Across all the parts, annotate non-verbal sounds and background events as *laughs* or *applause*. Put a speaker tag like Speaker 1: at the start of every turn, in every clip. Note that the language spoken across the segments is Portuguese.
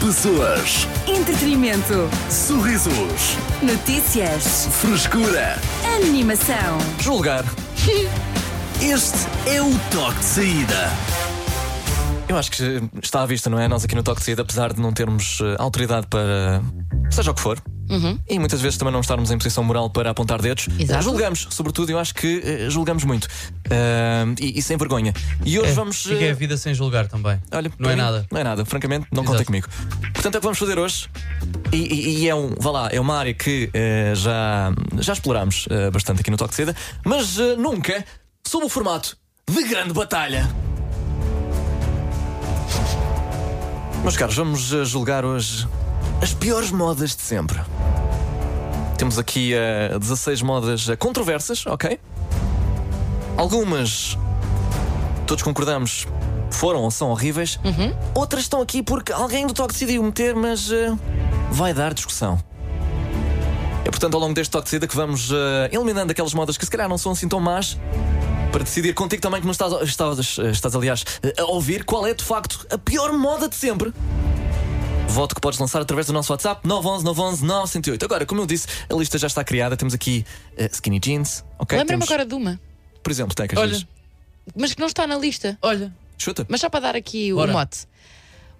Speaker 1: Pessoas,
Speaker 2: Entretenimento.
Speaker 1: sorrisos,
Speaker 2: Notícias.
Speaker 1: frescura.
Speaker 2: Animação.
Speaker 3: Julgar.
Speaker 1: Este é o toque de saída.
Speaker 3: Eu acho que eh, está à vista, não é? Nós aqui no Toque de Saída, apesar de não termos eh, autoridade para seja o que for. E muitas vezes também não estarmos em posição moral para apontar dedos.
Speaker 4: Exato.
Speaker 3: Julgamos, sobretudo, eu acho que eh, julgamos muito. Ah, e, e sem vergonha. E hoje
Speaker 5: É,
Speaker 3: vamos.
Speaker 5: fica
Speaker 3: eh,
Speaker 5: a vida sem julgar também.
Speaker 3: Olha,
Speaker 5: não
Speaker 3: para
Speaker 5: é
Speaker 3: mim,
Speaker 5: nada.
Speaker 3: Não é nada, francamente, não contem
Speaker 5: Exato.
Speaker 3: comigo. Portanto, é o que vamos fazer hoje. E, e- e é um, vá lá, é uma área que eh, já, já explorámos eh, bastante aqui no Toque de Seda, mas eh, nunca sob o formato de grande batalha. Meus caros, vamos eh, julgar hoje as piores modas de sempre. Temos aqui eh, 16 modas eh, controversas, ok? Algumas todos concordamos foram ou são horríveis.
Speaker 4: Uhum.
Speaker 3: Outras estão aqui porque alguém do toque decidiu meter, mas eh, vai dar discussão. É portanto ao longo deste toque de saída que vamos eh, eliminando aquelas modas que se calhar não são assim tão más. Para decidir contigo também que não estás, estás, estás aliás, eh, a ouvir qual é de facto a pior moda de sempre. Voto que podes lançar através do nosso WhatsApp 911 911 908. Agora, como eu disse, a lista já está criada. Temos aqui eh, skinny jeans, ok?
Speaker 4: Lembra-me
Speaker 3: Temos,
Speaker 4: agora de uma,
Speaker 3: Por exemplo, tecas.
Speaker 5: Olha.
Speaker 3: diz.
Speaker 4: mas que não está na lista.
Speaker 5: Olha,
Speaker 3: Chuta.
Speaker 4: Mas só para dar aqui
Speaker 5: Bora.
Speaker 4: o mote: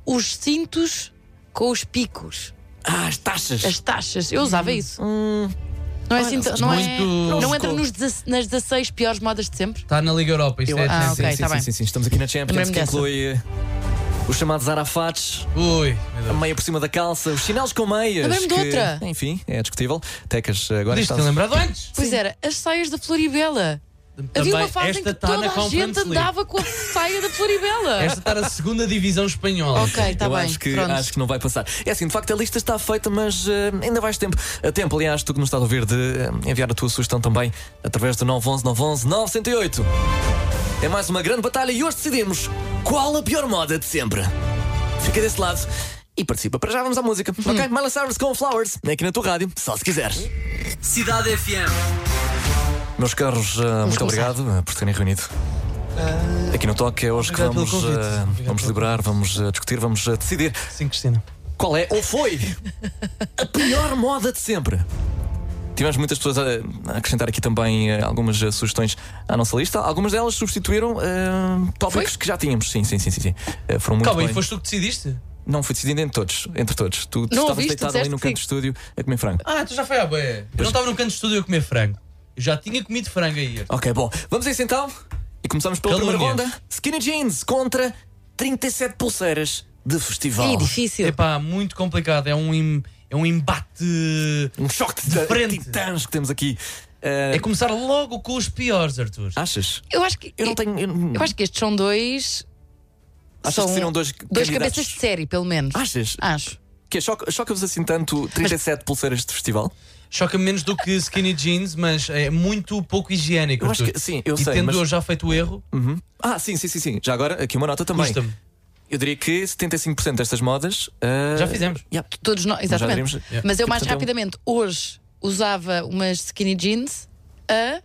Speaker 4: os cintos com os picos,
Speaker 3: Ah, as taxas.
Speaker 4: as taxas. Eu
Speaker 3: Hum.
Speaker 4: usava isso. Não é assim, tão- não, é,
Speaker 5: muito-
Speaker 4: não entra nos 16 nas 16 piores modas de sempre?
Speaker 5: está na Liga Europa, isto
Speaker 3: Eu
Speaker 5: é
Speaker 3: acho-
Speaker 4: Ah,
Speaker 5: atenção.
Speaker 4: ok,
Speaker 3: sim,
Speaker 4: tá
Speaker 3: sim,
Speaker 4: bem.
Speaker 3: sim, sim. Estamos aqui na Champions,
Speaker 4: Lembrei-me
Speaker 3: que
Speaker 4: dessa.
Speaker 3: inclui eh, os chamados arafates,
Speaker 5: Ui, meu
Speaker 3: a
Speaker 5: Deus.
Speaker 3: meia por cima da calça, os sinais com meias.
Speaker 4: Lembrei-me de
Speaker 3: que-
Speaker 4: outra.
Speaker 3: Enfim, é discutível. Tecas, eh, agora
Speaker 5: Podias
Speaker 3: está.
Speaker 5: ter lembrado antes.
Speaker 4: Pois era, as saias da Floribela. Havia uma fase em que
Speaker 5: está
Speaker 4: toda a
Speaker 5: tá Conference
Speaker 4: gente
Speaker 5: League.
Speaker 4: andava com a saia da Floribela.
Speaker 5: Esta
Speaker 4: *laughs*
Speaker 5: está na segunda divisão espanhola.
Speaker 4: Ok, está
Speaker 3: Eu
Speaker 4: bem.
Speaker 3: acho que,
Speaker 4: Pronto.
Speaker 3: acho que não vai passar. É assim, de facto, a lista está feita, mas eh, ainda vais tempo. A tempo, aliás, tu que nos estás a ouvir, de eh, enviar a tua sugestão também através do 911 911 908. É mais uma grande batalha e hoje decidimos qual a pior moda de sempre. Fica desse lado e participa. Para já vamos à música, ok?
Speaker 4: Hum.
Speaker 3: Miley Cyrus com Flowers, aqui na tua rádio, só se quiseres.
Speaker 1: Cidade FM.
Speaker 3: Meus caros, eh, muito
Speaker 4: começar.
Speaker 3: obrigado eh, por terem reunido. Aqui no Toque é hoje que
Speaker 5: Ah, Obrigado pelo
Speaker 3: vamos,
Speaker 5: convite.
Speaker 3: eh, vamos
Speaker 5: Obrigado pelo
Speaker 3: deliberar, vamos eh, discutir, vamos eh, decidir
Speaker 5: Sim, Cristina.
Speaker 3: qual é ou foi a pior moda de sempre. Tivemos muitas pessoas a a acrescentar aqui também eh, algumas eh, sugestões à nossa lista. Algumas delas substituíram eh, tópicos que já tínhamos. Sim, sim, sim, sim. sim. Eh, foram muito
Speaker 5: Calma,
Speaker 3: bem.
Speaker 5: e foste tu que decidiste?
Speaker 3: Não foi decidido entre todos. Entre todos. Tu, tu estavas
Speaker 4: ouviste,
Speaker 3: deitado ali
Speaker 4: disseste
Speaker 3: no
Speaker 4: que
Speaker 3: canto do
Speaker 4: sim.
Speaker 3: estúdio a comer frango.
Speaker 5: Ah, tu já foi à boé. Eu não estava no canto de estúdio a comer frango. Eu já tinha comido frango aí.
Speaker 3: Ok, bom, vamos a isso então. E começamos pela
Speaker 5: Calúnia.
Speaker 3: primeira ronda: Skinny Jeans contra 37 pulseiras de festival.
Speaker 4: É difícil.
Speaker 5: Epá, muito complicado. É um, im- é um embate.
Speaker 3: Um choque de,
Speaker 5: De frente.
Speaker 3: titãs que temos aqui. Eh,
Speaker 5: É começar logo com os piores, Arthur.
Speaker 3: Achas?
Speaker 4: Eu acho que, é-
Speaker 3: Eu não tenho. Eu,
Speaker 4: eu acho que estes são dois.
Speaker 3: Achas
Speaker 4: são
Speaker 3: que seriam dois,
Speaker 4: Dois
Speaker 3: candidatos?
Speaker 4: cabeças de série, pelo menos.
Speaker 3: Achas?
Speaker 4: Acho.
Speaker 3: Que choca- choca-vos assim tanto 37 pulseiras de festival?
Speaker 5: Choca-me menos do que skinny jeans, mas é muito pouco higiênico.
Speaker 3: Eu acho
Speaker 5: Arthur.
Speaker 3: que- sim, eu
Speaker 5: e
Speaker 3: sei,
Speaker 5: Tendo
Speaker 3: mas-
Speaker 5: eu já feito o erro,
Speaker 3: Ah, sim, sim, sim, sim. Já agora, aqui uma nota também.
Speaker 5: custa-me.
Speaker 3: Eu diria que 75% destas modas. eh,
Speaker 5: Já fizemos.
Speaker 3: yeah.
Speaker 4: Todos nós,
Speaker 3: já
Speaker 4: exatamente.
Speaker 3: diríamos-
Speaker 5: Yeah.
Speaker 4: Mas eu mais
Speaker 3: Portanto, é um-
Speaker 4: rapidamente, hoje, usava umas skinny jeans a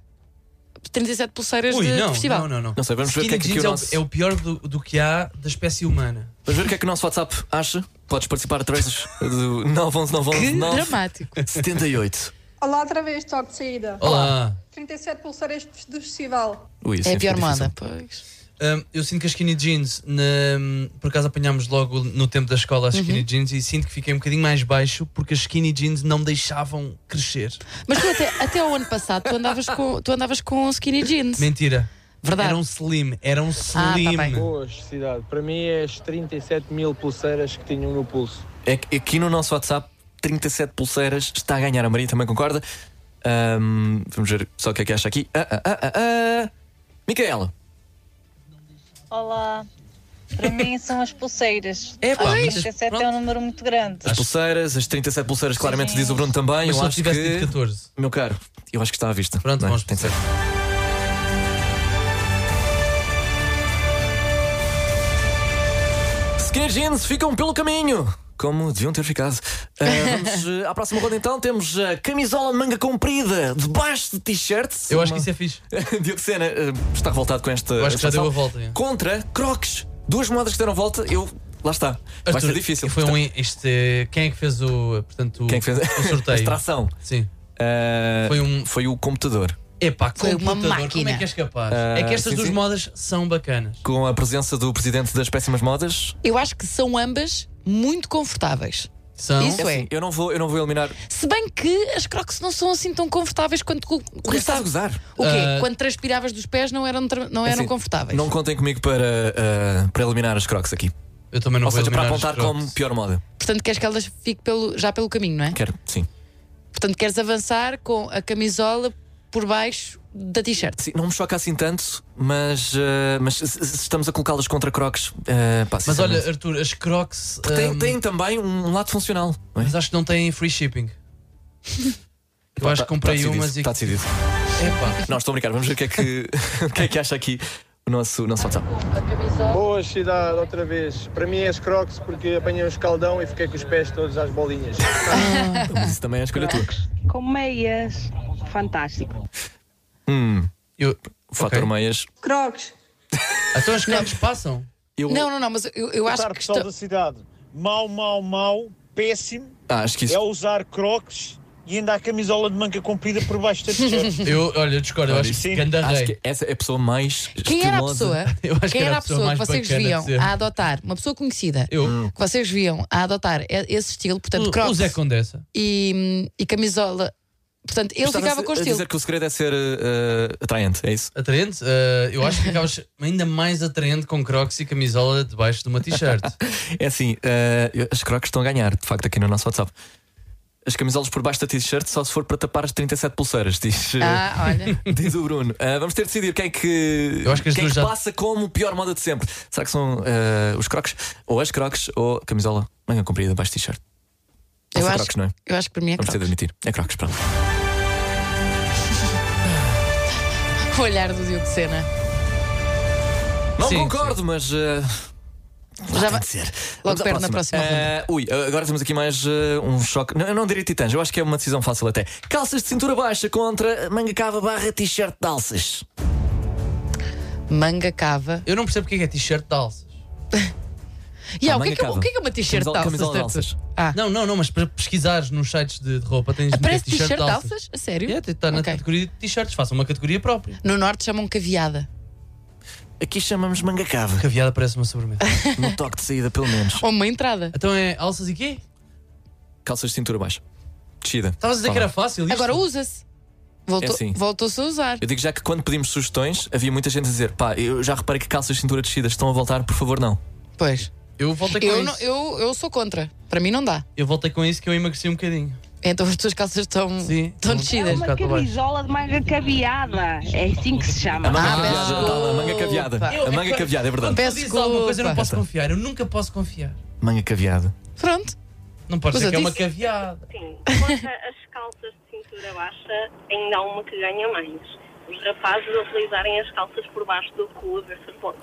Speaker 4: 37 pulseiras
Speaker 5: Ui,
Speaker 4: de
Speaker 5: não,
Speaker 4: festival.
Speaker 5: não, não, não.
Speaker 3: Não sei, vamos ver o que
Speaker 5: Skinny
Speaker 3: é que aqui
Speaker 5: jeans
Speaker 3: o
Speaker 5: é o-
Speaker 3: nosso-
Speaker 5: é o pior do, do que há da espécie humana.
Speaker 3: Vamos ver o que é que o nosso WhatsApp acha. Podes participar através do *laughs* 911 911
Speaker 4: Que dramático.
Speaker 3: 78.
Speaker 6: Olá, outra vez, toque de saída.
Speaker 5: Olá!
Speaker 6: 37 pulseiras do festival.
Speaker 3: Ui, isso
Speaker 4: É a
Speaker 3: sim,
Speaker 4: pior
Speaker 3: fica difícil.
Speaker 4: moda, pois.
Speaker 5: Hum, eu sinto que as skinny jeans, na- por acaso apanhámos logo no tempo da escola as skinny jeans e sinto que fiquei um bocadinho mais baixo porque as skinny jeans não me deixavam crescer.
Speaker 4: Mas tu até, até ao ano passado tu andavas com, tu andavas com skinny jeans.
Speaker 5: Mentira.
Speaker 4: Verdade.
Speaker 5: Era um slim, era um
Speaker 4: Ah, tá
Speaker 5: slim.
Speaker 4: bem.
Speaker 7: Boas, cidade. Para mim é as 37 mil pulseiras que tinham no pulso.
Speaker 3: É que aqui no nosso WhatsApp, 37 pulseiras está a ganhar. A Maria também concorda. Ahm, vamos ver só o que é que acha aqui. Ah, ah, ah, ah, ah. Micaela,
Speaker 8: Olá. Para mim são as pulseiras.
Speaker 5: É, pá,
Speaker 8: Acho
Speaker 5: mas
Speaker 8: que 17 é um número muito grande.
Speaker 3: as pulseiras, as 37 pulseiras, claramente diz o Bruno também.
Speaker 5: Mas
Speaker 3: eu
Speaker 5: só
Speaker 3: acho
Speaker 5: tivesse
Speaker 3: que.
Speaker 5: tido 14.
Speaker 3: Meu caro, eu acho que está à vista.
Speaker 5: Pronto,
Speaker 3: Não é?
Speaker 5: vamos
Speaker 3: Tem de ser. Skinny jeans ficam pelo caminho. Como deviam ter ficado.
Speaker 5: *laughs*
Speaker 3: Ah, vamos eh, à próxima roda então. Temos a camisola de manga comprida debaixo de t-shirt.
Speaker 5: Eu acho que
Speaker 3: Uma-
Speaker 5: isso é fixe.
Speaker 3: *laughs* Diogo Sena eh, está revoltado com esta.
Speaker 5: Eu acho que já
Speaker 3: esta
Speaker 5: deu a
Speaker 3: ação.
Speaker 5: volta, é.
Speaker 3: Contra crocs. Duas modas que deram volta. Eu lá está. Vai
Speaker 5: Arthur,
Speaker 3: ser difícil.
Speaker 5: Foi um,
Speaker 3: Portanto,
Speaker 5: este, quem é que fez o, portanto, o-
Speaker 3: Quem é que fez *laughs*
Speaker 5: o
Speaker 3: a
Speaker 5: sorteio?
Speaker 3: extração?
Speaker 5: Sim.
Speaker 3: Ah,
Speaker 5: Foi um-
Speaker 3: foi o computador.
Speaker 5: Epá,
Speaker 4: Foi uma
Speaker 5: computador, como é
Speaker 4: máquina.
Speaker 5: que és capaz?
Speaker 3: Ah,
Speaker 5: é que estas
Speaker 3: sim,
Speaker 5: duas
Speaker 3: sim.
Speaker 5: modas são bacanas.
Speaker 3: Com a presença do presidente das péssimas modas.
Speaker 4: Eu acho que são ambas muito confortáveis.
Speaker 5: São.
Speaker 4: Isso é.
Speaker 3: Eu não vou, eu não vou eliminar.
Speaker 4: Se bem que as crocs não são assim tão confortáveis quanto co-
Speaker 3: O que é que estás a
Speaker 4: começava-
Speaker 3: gozar?
Speaker 4: O quê?
Speaker 5: Ah.
Speaker 4: Quando transpiravas dos pés não eram, tra- não eram
Speaker 3: Assim,
Speaker 4: confortáveis.
Speaker 3: Não contem comigo para, ah, para eliminar as crocs aqui.
Speaker 5: Eu também não
Speaker 3: Ou
Speaker 5: vou
Speaker 3: seja, para
Speaker 5: eliminar os
Speaker 3: apontar
Speaker 5: crocs.
Speaker 3: como pior moda.
Speaker 4: Portanto, queres que elas fiquem pelo, já pelo caminho, não é?
Speaker 3: Quero, sim.
Speaker 4: Portanto, queres avançar com a camisola por baixo da t-shirt.
Speaker 3: Sim, não me choca assim tanto, mas, ah, mas se- se estamos a colocá-las contra crocs. ah, pá,
Speaker 5: Mas olha,
Speaker 3: sinceramente.
Speaker 5: Arthur, as crocs.
Speaker 3: Tem,
Speaker 5: hum,
Speaker 3: tem também um lado funcional. não é?
Speaker 5: Mas acho que não têm free shipping. Eu acho que comprei
Speaker 3: tá decidido,
Speaker 5: umas e.
Speaker 3: Está decidido.
Speaker 5: Epá.
Speaker 3: Não, estou a brincar. Vamos ver o que é que, *laughs* o que, é que acha aqui o nosso, o nosso WhatsApp.
Speaker 7: Boa cidade, outra vez. Para mim é as crocs porque apanhei um escaldão e fiquei com os pés todos às bolinhas.
Speaker 3: Mas isso também é a escolha tua.
Speaker 9: Com meias. Fantástico.
Speaker 3: Hum,
Speaker 5: Eu...
Speaker 3: fator
Speaker 5: Ok.
Speaker 3: meias.
Speaker 6: Crocs.
Speaker 5: Então as crocs passam.
Speaker 3: Eu
Speaker 4: Não, não, não, mas eu, eu acho que estou...
Speaker 7: cidade. Mal, mal, mal, péssimo é
Speaker 3: Ah, acho que isso.
Speaker 7: usar crocs e ainda a camisola de manga comprida por baixo da t
Speaker 5: Eu, olha, eu discordo, eu acho
Speaker 7: isso
Speaker 5: que
Speaker 7: sim.
Speaker 3: Acho
Speaker 5: gandarrei.
Speaker 3: que essa é a pessoa mais.
Speaker 4: Quem era a
Speaker 3: estimosa.
Speaker 4: pessoa?
Speaker 5: Eu acho
Speaker 4: Quem era a pessoa que
Speaker 5: mais
Speaker 4: vocês
Speaker 5: bacana de
Speaker 4: viam
Speaker 5: ser.
Speaker 4: a adotar? Uma pessoa conhecida.
Speaker 5: Eu.
Speaker 3: Hum.
Speaker 4: Que vocês viam a adotar e- esse estilo, portanto,
Speaker 5: O- O
Speaker 4: crocs
Speaker 5: Zé é Condessa.
Speaker 4: e, e camisola. Portanto, ele
Speaker 3: Estava
Speaker 4: ficava com o
Speaker 3: a
Speaker 4: estilo.
Speaker 3: dizer que o segredo é ser eh, eh, atraente, é isso?
Speaker 5: Atraente? Eh, eu acho que ficavas ainda mais atraente com crocs e camisola debaixo de uma t-shirt.
Speaker 3: É assim, eh, eu- as crocs estão a ganhar, de facto, aqui no nosso WhatsApp. As camisolas por baixo da t-shirt só se for para tapar as 37 pulseiras, diz, eh,
Speaker 4: Ah, olha.
Speaker 3: *laughs* diz o Bruno. Eh, vamos ter de decidir quem é que,
Speaker 5: Eu acho que as
Speaker 3: quem é
Speaker 5: duas já-
Speaker 3: passa como o pior moda de sempre. Será que são eh, os crocs? Ou as crocs ou camisola manga comprida debaixo de t-shirt? Ou
Speaker 4: Eu
Speaker 3: são
Speaker 4: acho,
Speaker 3: crocs, não é?
Speaker 4: eu acho que para mim é
Speaker 3: Vamos ter de
Speaker 4: crocs.
Speaker 3: admitir. É crocs, pronto.
Speaker 4: O olhar do Diogo de Sena.
Speaker 3: Não
Speaker 5: Sim,
Speaker 3: concordo, mas. eh, lá
Speaker 4: Já
Speaker 3: tem
Speaker 4: vai-
Speaker 3: de ser.
Speaker 4: logo
Speaker 3: Vamos à
Speaker 4: perde na próxima
Speaker 3: Eh, ui, eh, agora temos aqui mais eh, um choque. Não, eu não diria titãs, eu acho que é uma decisão fácil até. Calças de cintura baixa contra manga cava barra t-shirt de alças.
Speaker 4: Manga cava.
Speaker 5: Eu não percebo porque é que é t-shirt de alças.
Speaker 4: E há,
Speaker 3: Ah,
Speaker 4: o,
Speaker 3: manga
Speaker 4: que é que, é-
Speaker 3: cava.
Speaker 4: o que é que é uma t-shirt de
Speaker 3: Camisola-
Speaker 4: alças?
Speaker 3: camisola de alças.
Speaker 4: Ah,
Speaker 5: Não, não, não, mas para pesquisares nos sites de, de roupa tens de meter
Speaker 4: aparece
Speaker 5: t-shirt de alças.
Speaker 4: A sério?
Speaker 5: Yeah, está na
Speaker 4: Ok.
Speaker 5: categoria de t-shirts, faça uma categoria própria.
Speaker 4: No norte chamam caveada.
Speaker 3: Aqui chamamos manga cava,
Speaker 5: Caveada parece uma
Speaker 4: *laughs*
Speaker 5: sobremesa.
Speaker 3: no toque de saída, pelo menos.
Speaker 4: Ou uma entrada.
Speaker 5: então é alças e quê?
Speaker 3: Calças de cintura baixa. Descida.
Speaker 5: Estavas a dizer
Speaker 3: Fala.
Speaker 5: que era fácil isto?
Speaker 4: Agora usa-se. Voltou-
Speaker 3: É assim.
Speaker 4: Voltou-se a usar.
Speaker 3: Eu digo já que quando pedimos sugestões, havia muita gente a dizer: pá, eu já reparei que calças de cintura descidas estão a voltar, por favor, não.
Speaker 4: Pois.
Speaker 5: Eu voltei com
Speaker 4: Eu,
Speaker 5: isso.
Speaker 4: não- eu, eu sou contra. Para mim não dá.
Speaker 5: Eu voltei com isso que eu emagreci um bocadinho.
Speaker 4: Então as tuas calças estão
Speaker 5: Sim. É um
Speaker 4: estão
Speaker 8: É
Speaker 4: descidas.
Speaker 5: Cá
Speaker 9: Uma
Speaker 5: para baixo.
Speaker 9: camisola de manga cabeada. É assim que
Speaker 8: *laughs*
Speaker 9: se
Speaker 3: A
Speaker 9: chama.
Speaker 3: manga
Speaker 4: Ah,
Speaker 3: caveada,
Speaker 4: peço
Speaker 3: tá lá, a manga
Speaker 4: desculpa.
Speaker 3: caveada. A manga caveada, é
Speaker 5: Quando
Speaker 3: verdade.
Speaker 5: tu
Speaker 4: Peço
Speaker 5: dizes alguma coisa, eu não
Speaker 4: desculpa.
Speaker 3: Tá,
Speaker 5: posso confiar. Eu nunca posso confiar.
Speaker 3: Manga caveada.
Speaker 4: Pronto.
Speaker 5: Não pode
Speaker 4: Mas
Speaker 5: ser
Speaker 4: eu
Speaker 5: que é uma
Speaker 4: disse-
Speaker 5: caveada.
Speaker 10: Sim, quanto às calças de cintura baixa, ainda há uma que ganha mais. Os rapazes utilizarem as calças por baixo do cu a ver se pode.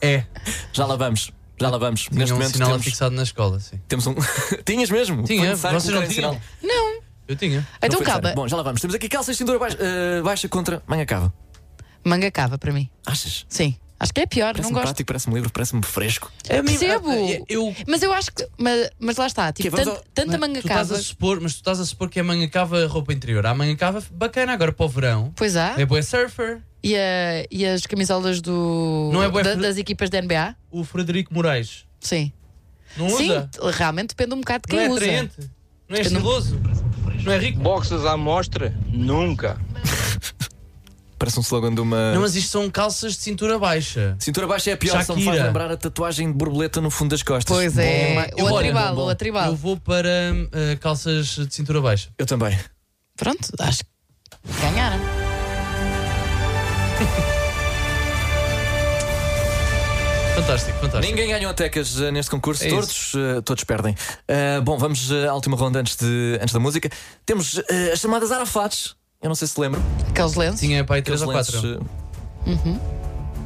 Speaker 5: É.
Speaker 3: Já lá vamos, já lá vamos.
Speaker 5: Tinha
Speaker 3: Neste
Speaker 5: um
Speaker 3: momento
Speaker 5: sinal
Speaker 3: temos,
Speaker 5: fixado na escola, sim.
Speaker 3: temos um. *laughs* Tinhas mesmo? Foi
Speaker 5: Tinha,
Speaker 3: necessário
Speaker 5: vocês não
Speaker 3: colocar esse sinal.
Speaker 5: tinham?
Speaker 4: Não.
Speaker 5: Eu tinha.
Speaker 3: Não
Speaker 4: Então
Speaker 3: foi
Speaker 4: cava.
Speaker 3: necessário. Bom, já lá vamos. Temos aqui calças de cintura baixa, eh, baixa contra manga cava.
Speaker 4: Manga cava para mim.
Speaker 3: Achas?
Speaker 4: Sim. Acho que é pior, não
Speaker 3: Parece-me
Speaker 4: gosto.
Speaker 3: prático, parece-me livre, um parece-me fresco.
Speaker 5: Eu Ah,
Speaker 4: percebo.
Speaker 5: Eu...
Speaker 4: Mas eu acho que. Mas, mas lá está, tipo,
Speaker 3: Que é, vamos
Speaker 4: tant-
Speaker 3: ao-
Speaker 4: tanta manga
Speaker 5: tu estás
Speaker 4: cava.
Speaker 5: a supor, mas tu estás a supor que é manga cava roupa interior. Há manga cava bacana agora para o verão.
Speaker 4: Pois há.
Speaker 5: É boa surfer.
Speaker 4: E, a- e as camisolas do.
Speaker 5: Não é bué
Speaker 4: da-
Speaker 5: fre-
Speaker 4: das equipas da NBA?
Speaker 5: O Frederico Moraes.
Speaker 4: Sim.
Speaker 5: Não
Speaker 4: Sim,
Speaker 5: usa?
Speaker 4: realmente depende um bocado de
Speaker 5: não
Speaker 4: quem
Speaker 5: é
Speaker 4: usa.
Speaker 5: atraente? Não é
Speaker 4: Eu não-
Speaker 5: estiloso? Não é rico?
Speaker 7: *laughs* Boxes à mostra? Nunca.
Speaker 3: Parece um slogan de uma.
Speaker 5: Não, mas isto são calças de cintura baixa.
Speaker 3: Cintura baixa é a pior, só me faz
Speaker 5: Shakira.
Speaker 3: lembrar a tatuagem de borboleta no fundo das costas.
Speaker 4: Pois
Speaker 3: Bom,
Speaker 4: é.
Speaker 3: ma-
Speaker 4: Ou a
Speaker 5: olha,
Speaker 4: tribal,
Speaker 3: bom,
Speaker 4: ou a tribal.
Speaker 5: Eu vou para ah, calças de cintura baixa.
Speaker 3: Eu também.
Speaker 4: Pronto, acho que ganharam.
Speaker 5: Fantástico, fantástico.
Speaker 3: Ninguém ganhou tecas eh, neste concurso,
Speaker 5: É
Speaker 3: todos, eh, todos perdem. Eh, bom, vamos eh, à última ronda antes, de, antes da música. Temos eh, as chamadas Arafates. Eu não sei se lembro.
Speaker 4: Aqueles lenços.
Speaker 5: Tinha para aí 3
Speaker 3: Aqueles
Speaker 5: ou 4.
Speaker 3: lenços, eh,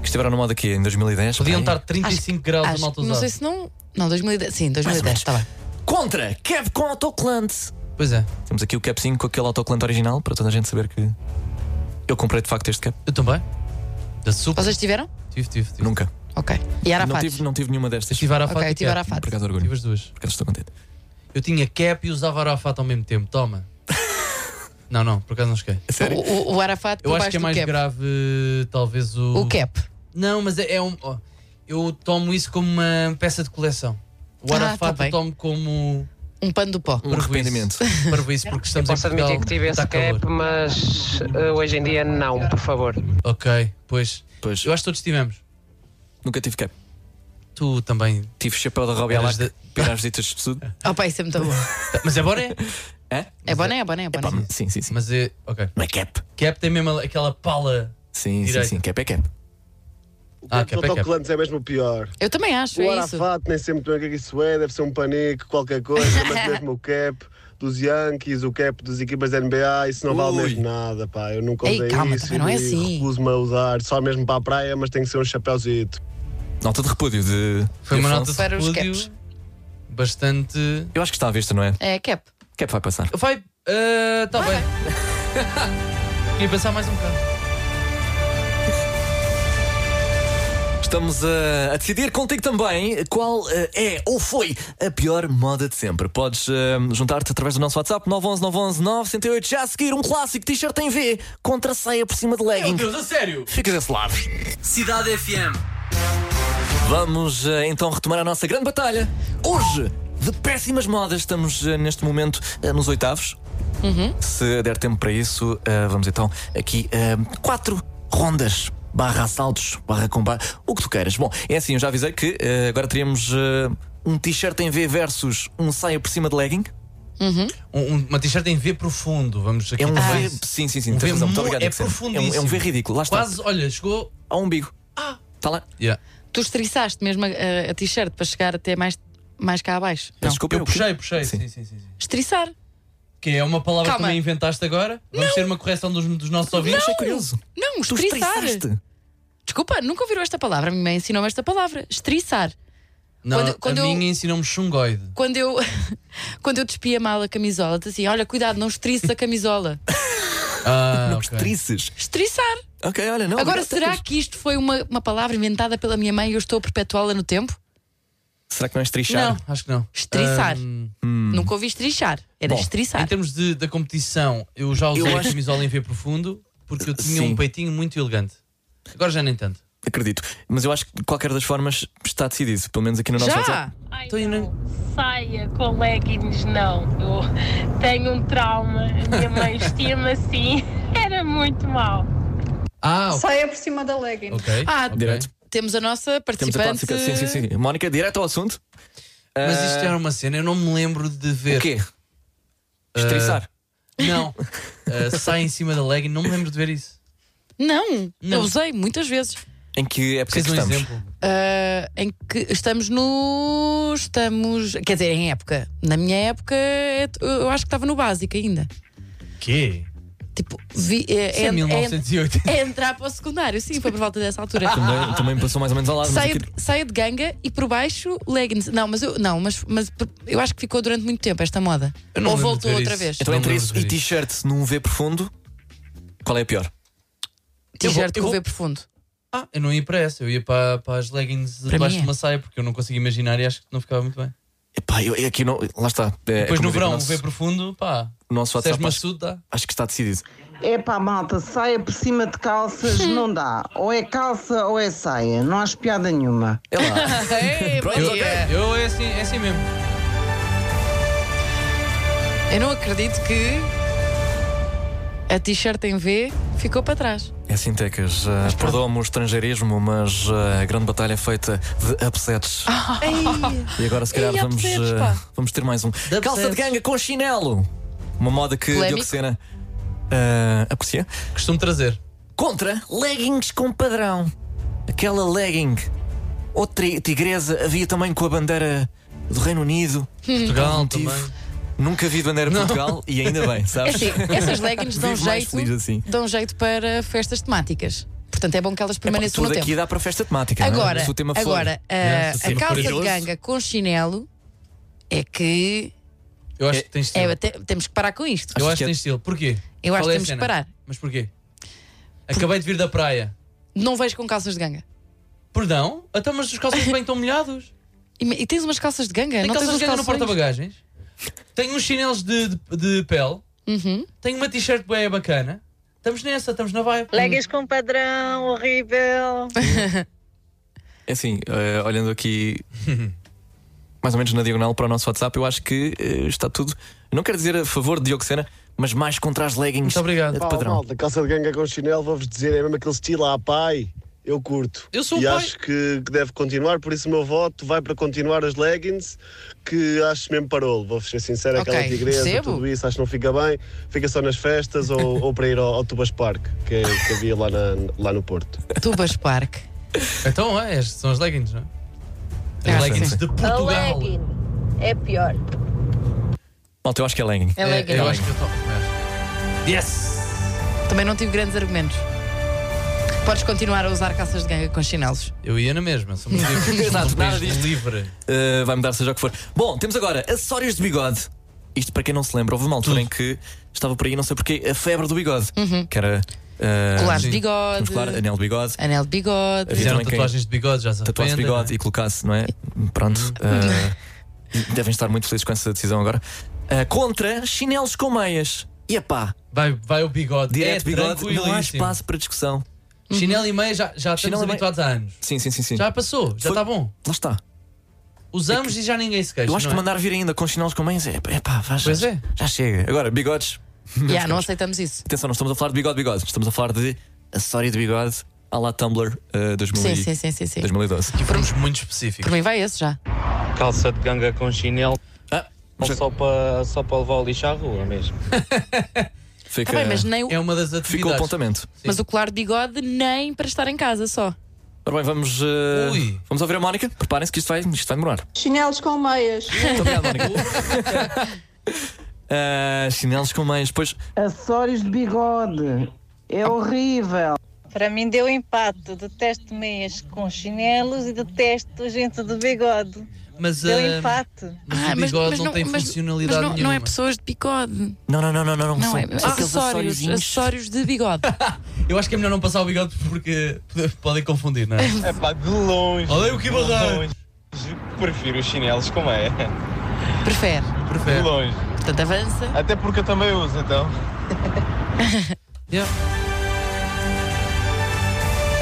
Speaker 3: Que estiveram na moda aqui em 2010.
Speaker 5: Podiam
Speaker 3: pá,
Speaker 5: estar 35 graus a
Speaker 4: Acho-
Speaker 5: malta
Speaker 4: não
Speaker 5: usada.
Speaker 4: sei se não. Não, 2010. Sim, 2010, está tá bem.
Speaker 3: Contra Kev com autocolante.
Speaker 5: Pois é,
Speaker 3: Temos aqui o capzinho com aquele autocolante original para toda a gente saber que eu comprei de facto este cap.
Speaker 5: eu também. Da super.
Speaker 4: Vocês tiveram?
Speaker 5: Tive, tive, tive.
Speaker 3: Nunca.
Speaker 4: Ok. E era
Speaker 3: Não
Speaker 4: fácil.
Speaker 3: tive, não tive nenhuma destas.
Speaker 5: Tive arafat
Speaker 4: Ok,
Speaker 5: e
Speaker 4: tive
Speaker 5: cap.
Speaker 4: arafat.
Speaker 3: Por acaso, orgulho.
Speaker 5: Tive as duas.
Speaker 3: Por acaso estou contente.
Speaker 5: Eu tinha cap e usava arafat ao mesmo tempo.
Speaker 4: *laughs*
Speaker 5: Toma. não, não, por acaso não cheguei.
Speaker 3: A sério?
Speaker 4: O, o- o Arafat por
Speaker 5: Eu acho
Speaker 4: baixo
Speaker 5: que é
Speaker 4: do
Speaker 5: mais
Speaker 4: cap.
Speaker 5: grave, talvez, o.
Speaker 4: O cap.
Speaker 5: Não, mas é, é um. ó, eu tomo isso como uma peça de coleção. O
Speaker 4: Ah,
Speaker 5: arafat
Speaker 4: tá bem.
Speaker 5: eu tomo como.
Speaker 4: Um pano do pó.
Speaker 3: Um arrependimento.
Speaker 5: Para
Speaker 4: *laughs*
Speaker 5: isso, porque estamos
Speaker 11: Posso
Speaker 5: em Portugal,
Speaker 11: admitir que tive
Speaker 5: está
Speaker 11: esse
Speaker 5: calor.
Speaker 11: cap, É, mas eh, hoje em dia não, por favor.
Speaker 5: Ok, pois.
Speaker 3: Pois,
Speaker 5: Eu acho que todos tivemos.
Speaker 3: nunca tive cap.
Speaker 5: Tu também.
Speaker 3: Tive chapéu da Robbie
Speaker 5: Eras
Speaker 3: Alac para as visitas de estudo.
Speaker 5: Hum.
Speaker 4: Opa, isso é muito bom.
Speaker 5: Mas *laughs* é
Speaker 4: *laughs*
Speaker 5: boné.
Speaker 3: É?
Speaker 4: É boné, é boné, é boné.
Speaker 3: Sim, sim, sim.
Speaker 5: Mas é. Ok.
Speaker 3: Mas cap.
Speaker 5: Cap tem mesmo aquela pala.
Speaker 3: Sim, sim,
Speaker 5: Direita.
Speaker 3: sim. Cap é cap.
Speaker 7: O
Speaker 5: Ah,
Speaker 7: cap
Speaker 5: cap é cap.
Speaker 7: autocolantes é mesmo pior.
Speaker 4: Eu também acho,
Speaker 7: o
Speaker 4: é isso.
Speaker 7: Arafat, nem sempre bem o que é que isso é, deve ser um panique, qualquer coisa,
Speaker 4: *laughs*
Speaker 7: mas mesmo o cap dos Yankees, o cap das equipas da NBA, isso não vale
Speaker 3: Ui.
Speaker 7: mesmo nada, pá. Eu nunca
Speaker 4: Ei,
Speaker 7: usei
Speaker 4: calma,
Speaker 7: isso
Speaker 4: também não é
Speaker 7: e
Speaker 4: assim.
Speaker 7: recuso-me a usar, só mesmo para a praia, mas tem que ser um chapeuzito.
Speaker 3: Nota de repúdio de.
Speaker 5: Foi
Speaker 3: de
Speaker 5: uma nota
Speaker 3: Afonso.
Speaker 5: de
Speaker 4: Para os
Speaker 5: repúdio
Speaker 4: caps.
Speaker 5: bastante.
Speaker 3: Eu acho que está à vista, não é?
Speaker 4: É cap.
Speaker 3: Cap vai passar.
Speaker 5: Vai. Está
Speaker 4: *laughs*
Speaker 5: bem. Queria pensar mais um bocado.
Speaker 3: Estamos a, a decidir contigo também qual eh, é ou foi a pior moda de sempre. Podes eh, juntar-te através do nosso WhatsApp 911 911 908. Já a seguir, um clássico t-shirt em V contra saia por cima de legging.
Speaker 5: Deus, a sério?
Speaker 3: Fica desse lado.
Speaker 1: Cidade FM.
Speaker 3: Vamos eh, então retomar a nossa grande batalha. Hoje, de péssimas modas, estamos eh, neste momento eh, nos oitavos. Se der tempo para isso, eh, vamos então aqui eh, quatro rondas. Barra assaltos, barra combate, o que tu queiras. Bom, é assim, eu já avisei que eh, agora teríamos eh, um t-shirt em V versus um saia por cima de legging.
Speaker 5: Um- um- uma t-shirt em V profundo. Vamos aqui.
Speaker 3: É um
Speaker 5: Ah,
Speaker 3: V. Sim, sim, sim,
Speaker 5: Um
Speaker 3: tens
Speaker 5: V
Speaker 3: razão. Muito
Speaker 5: mu-
Speaker 3: obrigado,
Speaker 5: é
Speaker 3: Alexandre. É um, é um
Speaker 5: profundíssimo.
Speaker 3: V ridículo, lá está.
Speaker 5: Quase, olha, chegou.
Speaker 3: Ao umbigo. Ah! Está lá.
Speaker 5: Yeah.
Speaker 4: Tu estriçaste mesmo a, a- a t-shirt para chegar até mais, mais cá abaixo.
Speaker 3: Peço Desculpa,
Speaker 5: Eu
Speaker 3: o quê?
Speaker 5: puxei, puxei.
Speaker 3: Sim.
Speaker 5: Sim, sim, sim. sim.
Speaker 4: Estriçar.
Speaker 5: Que é uma palavra
Speaker 4: Calma.
Speaker 5: que também inventaste agora. Vamos ter uma correção dos, dos nossos ouvintes.
Speaker 3: Achei curioso.
Speaker 4: Não,
Speaker 3: Tu
Speaker 4: estriçar.
Speaker 3: estriçaste.
Speaker 4: Desculpa, nunca ouviram esta palavra. A minha mãe ensinou-me esta palavra. Estriçar.
Speaker 5: Não,
Speaker 4: Quando- quando
Speaker 5: a
Speaker 4: eu-
Speaker 5: minha
Speaker 3: *laughs*
Speaker 5: ensinou-me chungoide.
Speaker 4: Quando eu, *laughs* quando eu despia mal a camisola, disse assim: olha, cuidado, não estrices a camisola.
Speaker 5: Ah, ok.
Speaker 3: Estriças.
Speaker 4: Estriçar.
Speaker 3: Ok, olha, não.
Speaker 4: Agora,
Speaker 3: obrigado,
Speaker 4: será
Speaker 3: Tecas.
Speaker 4: que isto foi uma, uma palavra inventada pela minha mãe e eu estou a perpetuá-la no tempo?
Speaker 3: Será que não é estrichar?
Speaker 5: Não, acho que não.
Speaker 4: Estriçar.
Speaker 5: Ahm,
Speaker 4: Nunca ouvi estrichar. Era
Speaker 3: Hum. Bom, então,
Speaker 5: em
Speaker 4: estriçar.
Speaker 5: termos de, da competição, eu já usei
Speaker 3: Eu
Speaker 5: a
Speaker 3: acho-
Speaker 5: camisola em V profundo porque eu tinha
Speaker 3: Sim.
Speaker 5: um peitinho muito elegante. Agora já nem tanto.
Speaker 3: Acredito. Mas eu acho que de qualquer das formas está decidido. Pelo menos aqui no nosso WhatsApp.
Speaker 4: Já!
Speaker 10: Ai,
Speaker 5: Então, eu não-
Speaker 10: Saia com leggings, não. Eu tenho um trauma. A minha
Speaker 5: *laughs*
Speaker 10: mãe vestia-me assim. Era muito mal.
Speaker 5: Ah, ok.
Speaker 6: Saia por cima da legging.
Speaker 5: ok.
Speaker 4: Ah,
Speaker 5: ok.
Speaker 3: Direto.
Speaker 4: Temos a nossa
Speaker 3: Temos
Speaker 4: participante.
Speaker 3: a participação. Sim, sim, sim. Mónica, direto ao assunto.
Speaker 5: Mas
Speaker 3: Ah,
Speaker 5: isto era uma cena, eu não me lembro de ver.
Speaker 3: O quê? Estriçar. *laughs*
Speaker 5: Não. Ah, sai em cima da legging, não me lembro de ver isso.
Speaker 4: Não, eu
Speaker 5: Não.
Speaker 4: usei muitas vezes.
Speaker 3: Em que época é
Speaker 5: Preciso
Speaker 3: que
Speaker 5: de um
Speaker 3: estamos?
Speaker 5: exemplo.
Speaker 4: Ah, em que estamos no. Estamos. Quer dizer, em época. Na minha época, é eu acho que estava no básico ainda.
Speaker 5: Quê?
Speaker 4: Tipo, vi, é,
Speaker 5: Isso é,
Speaker 4: en-
Speaker 5: 1980.
Speaker 4: en- é entrar para o secundário, sim, foi por volta dessa altura.
Speaker 3: Também, também me passou mais ou menos ao lado. mas
Speaker 4: Saia
Speaker 3: aqui-
Speaker 4: de, saia de ganga e por baixo leggings. Não, mas eu, não, mas, mas eu acho que ficou durante muito tempo esta moda.
Speaker 5: Eu não
Speaker 4: Ou
Speaker 5: me lembro
Speaker 4: voltou
Speaker 5: de ver
Speaker 4: outra
Speaker 5: isso.
Speaker 4: vez.
Speaker 3: Então,
Speaker 5: Não
Speaker 3: entre
Speaker 5: lembro
Speaker 3: isso
Speaker 5: de ver
Speaker 3: e
Speaker 5: isso.
Speaker 3: t-shirt num V profundo, qual é a pior?
Speaker 5: Então, eu vou-
Speaker 4: T-shirt
Speaker 5: eu
Speaker 4: com o
Speaker 5: vou-
Speaker 4: V profundo.
Speaker 5: Ah, eu não ia para essa, eu ia para, para as leggings
Speaker 4: Para
Speaker 5: debaixo
Speaker 4: mim é.
Speaker 5: de uma saia porque eu não consigo imaginar e acho que não ficava muito bem.
Speaker 3: Epá, eu, eu aqui não. Lá está. É,
Speaker 5: Depois
Speaker 3: é como
Speaker 5: no
Speaker 3: eu digo,
Speaker 5: verão,
Speaker 3: o
Speaker 5: o
Speaker 3: nosso,
Speaker 5: V profundo, pá.
Speaker 3: o nosso
Speaker 5: Se és
Speaker 3: WhatsApp acho,
Speaker 5: maçudo, tá? dá.
Speaker 3: acho que está decidido.
Speaker 12: É pá, malta, saia por cima de calças não dá. Ou é calça ou é saia. Não há piada nenhuma.
Speaker 3: É lá.
Speaker 4: *laughs* Ei, bom
Speaker 5: Eu,
Speaker 4: dia.
Speaker 5: eu é, assim, é assim mesmo.
Speaker 4: Eu não acredito que a t-shirt em V ficou para trás.
Speaker 3: É assim, Tecas. eh, Perdoa-me o estrangeirismo, mas eh, a grande batalha é feita de upsets. E agora, se calhar,
Speaker 4: *laughs* Ei,
Speaker 3: vamos,
Speaker 4: upsets,
Speaker 3: eh,
Speaker 4: pá.
Speaker 3: vamos ter mais um.
Speaker 5: De
Speaker 3: Calça de
Speaker 5: upsets.
Speaker 3: ganga com chinelo. Uma moda que
Speaker 4: Polémico.
Speaker 3: Dioxena eh, aprecia.
Speaker 5: Costumo trazer.
Speaker 3: Contra leggings com padrão. Aquela legging. Outra tigresa havia também com a bandeira do Reino Unido.
Speaker 5: Portugal
Speaker 3: Tive.
Speaker 5: também.
Speaker 3: Nunca vi bandeira de Portugal e ainda
Speaker 4: *laughs*
Speaker 3: bem,
Speaker 4: É
Speaker 3: sabes?
Speaker 4: assim, essas leggings
Speaker 5: *laughs*
Speaker 4: dão
Speaker 3: Vivo mais
Speaker 4: jeito,
Speaker 3: feliz assim.
Speaker 4: dão jeito para festas temáticas. Portanto, é bom que elas permaneçam
Speaker 3: Tudo
Speaker 4: no
Speaker 3: aqui
Speaker 4: tempo.
Speaker 3: dá para festa temática. não é?
Speaker 4: Agora,
Speaker 3: Se o tema for-
Speaker 4: agora a-
Speaker 5: Yeah, se o tema
Speaker 4: a
Speaker 5: for
Speaker 4: calça de
Speaker 5: corajoso.
Speaker 4: ganga com chinelo é que
Speaker 5: Eu acho que tens
Speaker 4: é,
Speaker 5: estilo.
Speaker 4: te- temos que parar com isto.
Speaker 3: Achas
Speaker 5: eu acho
Speaker 3: que
Speaker 5: que
Speaker 3: é-
Speaker 5: tens estilo. Porquê?
Speaker 4: Eu
Speaker 5: Qual é
Speaker 4: acho que
Speaker 5: a
Speaker 4: temos que
Speaker 5: cena?
Speaker 4: parar.
Speaker 5: Mas porquê? Acabei de vir da praia.
Speaker 4: Não vejo com calças de ganga.
Speaker 5: Perdão? Então, mas os calções bem estão molhados.
Speaker 4: E, me- e tens umas calças de ganga?
Speaker 5: Tem
Speaker 4: não
Speaker 5: calças de
Speaker 4: tens
Speaker 5: ganga no
Speaker 4: uns calções?
Speaker 5: porta-bagagens. Tenho uns chinelos de, de, de pele.
Speaker 4: Uhum.
Speaker 5: Tenho uma t-shirt bem bacana. Estamos nessa, estamos na vibe.
Speaker 8: Legas com padrão, horrível.
Speaker 3: É assim, eh, olhando aqui
Speaker 4: *laughs*
Speaker 3: mais ou menos na diagonal para o nosso WhatsApp, eu acho que eh, está tudo. Não quero dizer a favor de Diogo Sena, mas mais contra as leggings. Muito obrigado. De
Speaker 7: Pá,
Speaker 3: padrão.
Speaker 7: malta, calça de ganga com chinelo, vou-vos dizer, é mesmo aquele estilo à pai. Eu curto.
Speaker 5: Eu sou
Speaker 7: e
Speaker 5: o pai.
Speaker 7: acho que, que deve continuar, por isso o meu voto vai para continuar as leggings, que acho mesmo parolo. Vou ser sincero,
Speaker 4: Ok,
Speaker 7: aquela tigresa,
Speaker 4: percebo.
Speaker 7: tudo isso, acho que não fica bem. Fica só nas
Speaker 5: *laughs*
Speaker 7: festas ou, ou para ir ao, ao Tubas Park, que, é- que havia lá, na- lá no Porto.
Speaker 4: Tubas Park.
Speaker 5: Então, é, estes são as leggings, não é? As
Speaker 3: Ah,
Speaker 5: leggings
Speaker 3: sim.
Speaker 5: de Portugal.
Speaker 8: é pior.
Speaker 3: Malta, eu acho que é legging.
Speaker 4: É legging.
Speaker 5: eu acho que eu tô- Yes!
Speaker 4: Também não tive grandes argumentos. Podes continuar a usar calças de ganga com chinelos.
Speaker 5: Eu ia na mesma, somos livres.
Speaker 3: Exato,
Speaker 5: Somos um
Speaker 3: nada
Speaker 5: país livre.
Speaker 3: Eh, vai mudar, seja o que for. Bom, temos agora acessórios de bigode. Isto para quem não se lembra, houve uma altura em que estava por aí, não sei porquê, a febre do bigode.
Speaker 4: Uhum.
Speaker 3: Que era. eh,
Speaker 5: Ah,
Speaker 4: Colar de
Speaker 3: sim.
Speaker 4: bigode.
Speaker 3: Temos colar, anel de bigode.
Speaker 4: Anel de bigode.
Speaker 3: Havia
Speaker 5: Fizeram
Speaker 3: também quem
Speaker 5: tatuagens de bigode, já se
Speaker 3: tatuasse
Speaker 5: arrependem,
Speaker 3: bigode e colocasse, não é? Pronto. eh, devem estar muito felizes com essa decisão agora. Eh, contra chinelos com meias. E epá,
Speaker 5: Vai, vai o bigode.
Speaker 3: direto
Speaker 5: é
Speaker 3: bigode, não há
Speaker 5: tranquilíssimo. Uhum.
Speaker 3: espaço para discussão.
Speaker 5: Chinelo e meia já, já
Speaker 3: Chinelo e
Speaker 5: estamos
Speaker 3: meia-
Speaker 5: habituados há anos.
Speaker 3: Sim, sim, sim, sim.
Speaker 5: Já passou,
Speaker 3: Foi-
Speaker 5: já está bom.
Speaker 3: Lá está.
Speaker 5: Usamos e já ninguém se queixa.
Speaker 3: Eu acho
Speaker 5: não
Speaker 3: que
Speaker 5: é?
Speaker 3: mandar vir ainda com chinelos com meias é epá, vá, já,
Speaker 5: Pois é.
Speaker 3: já chega. Agora, bigodes.
Speaker 4: Yeah, não aceitamos isso.
Speaker 3: Atenção, não estamos a falar de bigode, bigode. Estamos a falar de acessório de bigode à la Tumblr eh, 2000
Speaker 5: é
Speaker 4: Sim,
Speaker 3: e-
Speaker 4: sim, sim, sim, sim.
Speaker 3: 2012.
Speaker 5: E fomos muito específicos.
Speaker 4: Por mim vai esse já.
Speaker 11: Calça de ganga com chinelo.
Speaker 3: Ah,
Speaker 11: Não só para só para levar o lixo à rua mesmo.
Speaker 3: Fica,
Speaker 4: Tá bem, mas, nem o,
Speaker 5: É uma das
Speaker 3: ficou o
Speaker 5: atividades.
Speaker 3: apontamento.
Speaker 4: mas o colar de bigode nem para estar em casa só.
Speaker 3: Ora bem, vamos, eh,
Speaker 5: Ui.
Speaker 3: vamos ouvir a Mónica. Preparem-se que isto vai, isto vai demorar.
Speaker 6: Chinelos com
Speaker 3: Muito
Speaker 6: meias.
Speaker 3: *laughs* obrigado, *laughs* Mónica. Ah, chinelos com meias, pois.
Speaker 12: Acessórios de bigode. É horrível.
Speaker 8: Para mim deu empate. Detesto meias com chinelos e detesto gente de bigode.
Speaker 5: Mas,
Speaker 8: Deu
Speaker 5: ah,
Speaker 8: empate.
Speaker 5: mas o bigode não, tem funcionalidade
Speaker 4: mas não,
Speaker 5: nenhuma.
Speaker 4: não é pessoas de bigode.
Speaker 3: Não, não, não, não, não. não,
Speaker 4: Não
Speaker 3: são, são
Speaker 4: é.
Speaker 3: aqueles
Speaker 4: acessórios.
Speaker 3: acessóriozinhos.
Speaker 4: Acessórios
Speaker 5: *laughs*
Speaker 4: de bigode.
Speaker 5: Eu acho que é melhor não passar o bigode porque *laughs* pode- podem confundir,
Speaker 4: *laughs*
Speaker 5: não é?
Speaker 11: É pá, de longe.
Speaker 5: Olha aí o que barrão.
Speaker 11: Prefiro os chinelos como é.
Speaker 4: Prefere.
Speaker 5: Perfeito.
Speaker 11: longe.
Speaker 4: Portanto, avança.
Speaker 11: Até porque eu também uso, então.
Speaker 5: Yeah.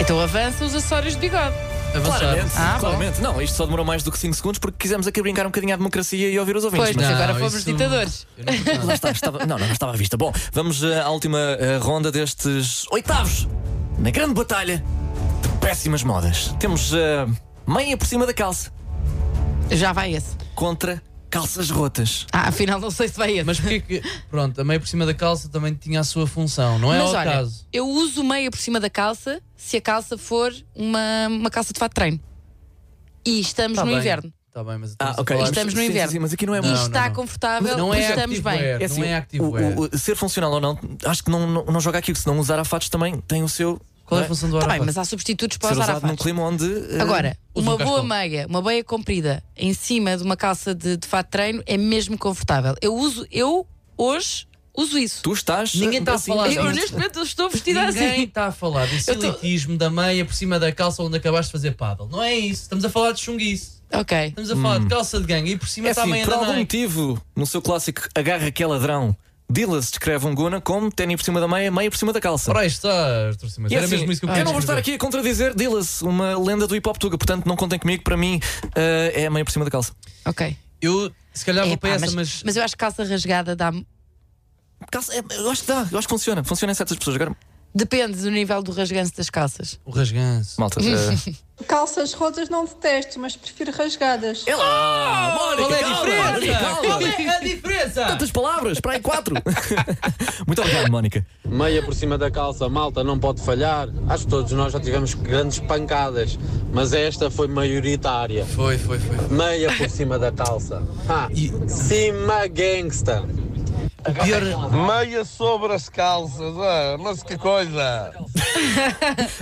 Speaker 4: Então avança os acessórios de bigode.
Speaker 5: Avançar.
Speaker 3: Claramente,
Speaker 4: Ah, bom.
Speaker 3: claramente. Não, isto só demorou mais do que 5 segundos porque quisemos aqui brincar um bocadinho à democracia e ouvir os ouvintes.
Speaker 4: Pois,
Speaker 3: mas-
Speaker 4: mas agora
Speaker 5: não,
Speaker 4: fomos
Speaker 5: isso-
Speaker 4: ditadores.
Speaker 5: Eu não curto
Speaker 3: Lá
Speaker 5: nada.
Speaker 3: está, Tá, estava- não, não estava à vista. Bom, vamos eh, à última eh, ronda destes oitavos. Na grande batalha de péssimas modas. Temos eh, meia por cima da calça
Speaker 4: Já vai esse.
Speaker 3: contra calças rotas.
Speaker 4: Ah, afinal não sei se vai esse.
Speaker 5: Mas porquê que. Pronto, a meia por cima da calça também tinha a sua função, não é
Speaker 4: Mas
Speaker 5: ao
Speaker 4: olha,
Speaker 5: caso.
Speaker 4: eu uso meia por cima da calça se a calça for uma, uma calça de fato de treino. E estamos
Speaker 5: Tá
Speaker 4: no
Speaker 5: bem.
Speaker 4: inverno.
Speaker 5: Tá bem, mas
Speaker 3: Ah,
Speaker 5: estamos a
Speaker 3: ok.
Speaker 5: falar-
Speaker 4: Estamos no
Speaker 3: Sim, sim,
Speaker 4: inverno.
Speaker 3: sim, mas aqui não é
Speaker 5: Não,
Speaker 4: e
Speaker 3: muito.
Speaker 4: está confortável,
Speaker 5: Não é
Speaker 4: estamos bem.
Speaker 5: activewear,
Speaker 3: É assim,
Speaker 5: não é activo.
Speaker 3: o- o- o- ser funcional ou não, acho que não, não, não joga aqui, porque se não usar afatos também tem o seu.
Speaker 5: Qual é
Speaker 3: não
Speaker 5: a função do
Speaker 4: Tá
Speaker 5: arafat?
Speaker 4: bem, mas há substitutos para
Speaker 3: Ser
Speaker 4: usar
Speaker 3: usado
Speaker 4: a
Speaker 3: num clima onde. eh,
Speaker 4: Agora,
Speaker 5: Usa um
Speaker 4: uma boa
Speaker 5: cascão.
Speaker 4: meia, uma meia comprida em cima de uma calça de, de fato de treino é mesmo confortável. Eu uso, eu hoje uso isso.
Speaker 3: Tu estás.
Speaker 5: Ninguém está a
Speaker 3: assim,
Speaker 5: falar
Speaker 3: assim,
Speaker 4: eu
Speaker 5: disso.
Speaker 4: neste momento estou vestida
Speaker 5: Ninguém
Speaker 4: assim.
Speaker 5: está a falar desse
Speaker 4: Eu tô-
Speaker 5: elitismo da meia por cima da calça onde acabaste de fazer paddle. Não é isso. Estamos a falar de chunguice.
Speaker 4: Ok.
Speaker 5: Estamos a falar de calça de gangue e por cima
Speaker 3: É
Speaker 5: está a
Speaker 3: assim,
Speaker 5: meia
Speaker 3: por
Speaker 5: da
Speaker 3: algum
Speaker 5: Nike.
Speaker 3: motivo, no seu clássico Agarra que é ladrão, Dillas descreve um Guna como ténis por cima da meia, meia por cima da calça.
Speaker 5: Ora, aí está, Arthur Simões.
Speaker 3: E
Speaker 5: Era
Speaker 3: assim,
Speaker 5: mesmo isso que eu
Speaker 3: eu,
Speaker 5: queria
Speaker 3: não vou estar
Speaker 5: descrever.
Speaker 3: aqui a contradizer Dillas, uma lenda do hip hop tuga, portanto não contem comigo, para mim eh, é a meia por cima da calça.
Speaker 4: Ok.
Speaker 5: Eu, se calhar, vou
Speaker 4: Epá,
Speaker 5: para essa,
Speaker 4: mas,
Speaker 5: mas.
Speaker 4: mas eu acho que calça rasgada dá
Speaker 3: Calça, é, eu acho que dá, eu acho que funciona, funciona em certas pessoas. Agora,
Speaker 4: Depende do nível do rasganço das calças.
Speaker 5: O rasganço.
Speaker 3: malta. eh,
Speaker 6: Calças rotas não detesto, mas prefiro rasgadas.
Speaker 3: é lá!
Speaker 5: Qual
Speaker 3: Mónica,
Speaker 5: é a
Speaker 3: calma,
Speaker 5: diferença?
Speaker 3: Mónica,
Speaker 5: Qual
Speaker 3: calma!
Speaker 5: é a diferença?
Speaker 3: Tantas palavras, para aí quatro! Muito obrigado, Mónica.
Speaker 11: Meia por cima da calça, malta, não pode falhar. Acho que todos nós já tivemos grandes pancadas, mas esta foi maioritária.
Speaker 5: Foi, foi, foi.
Speaker 11: Meia por cima da calça. *laughs* Ah,
Speaker 5: E-
Speaker 11: cima gangsta.
Speaker 5: O pior.
Speaker 13: Meia sobre as calças, ah, mas que coisa!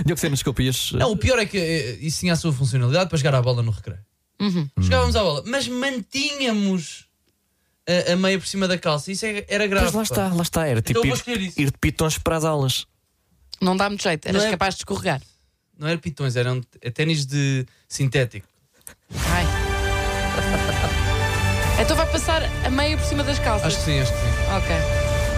Speaker 3: Diogo Sena, desculpa, ias. eh,
Speaker 5: Não, o pior é que eh, isso tinha a sua funcionalidade para jogar a bola no recreio.
Speaker 3: Uhum.
Speaker 5: Jogávamos à bola, mas mantínhamos a, a meia por cima da calça. Isso é- era grave.
Speaker 3: Pois lá
Speaker 5: pá.
Speaker 3: está, lá está, era
Speaker 5: Então
Speaker 3: tipo
Speaker 5: eu vou
Speaker 3: ir,
Speaker 5: escolher isso.
Speaker 3: ir de pitons para as aulas.
Speaker 4: *laughs* Não dá muito jeito, eras
Speaker 5: Não é-
Speaker 4: capaz de escorregar.
Speaker 5: não era pitões, eram t- é ténis de sintético.
Speaker 4: Ai. *laughs* Então vai passar a meia por cima das calças.
Speaker 5: Acho que sim, acho que sim.
Speaker 4: Ok.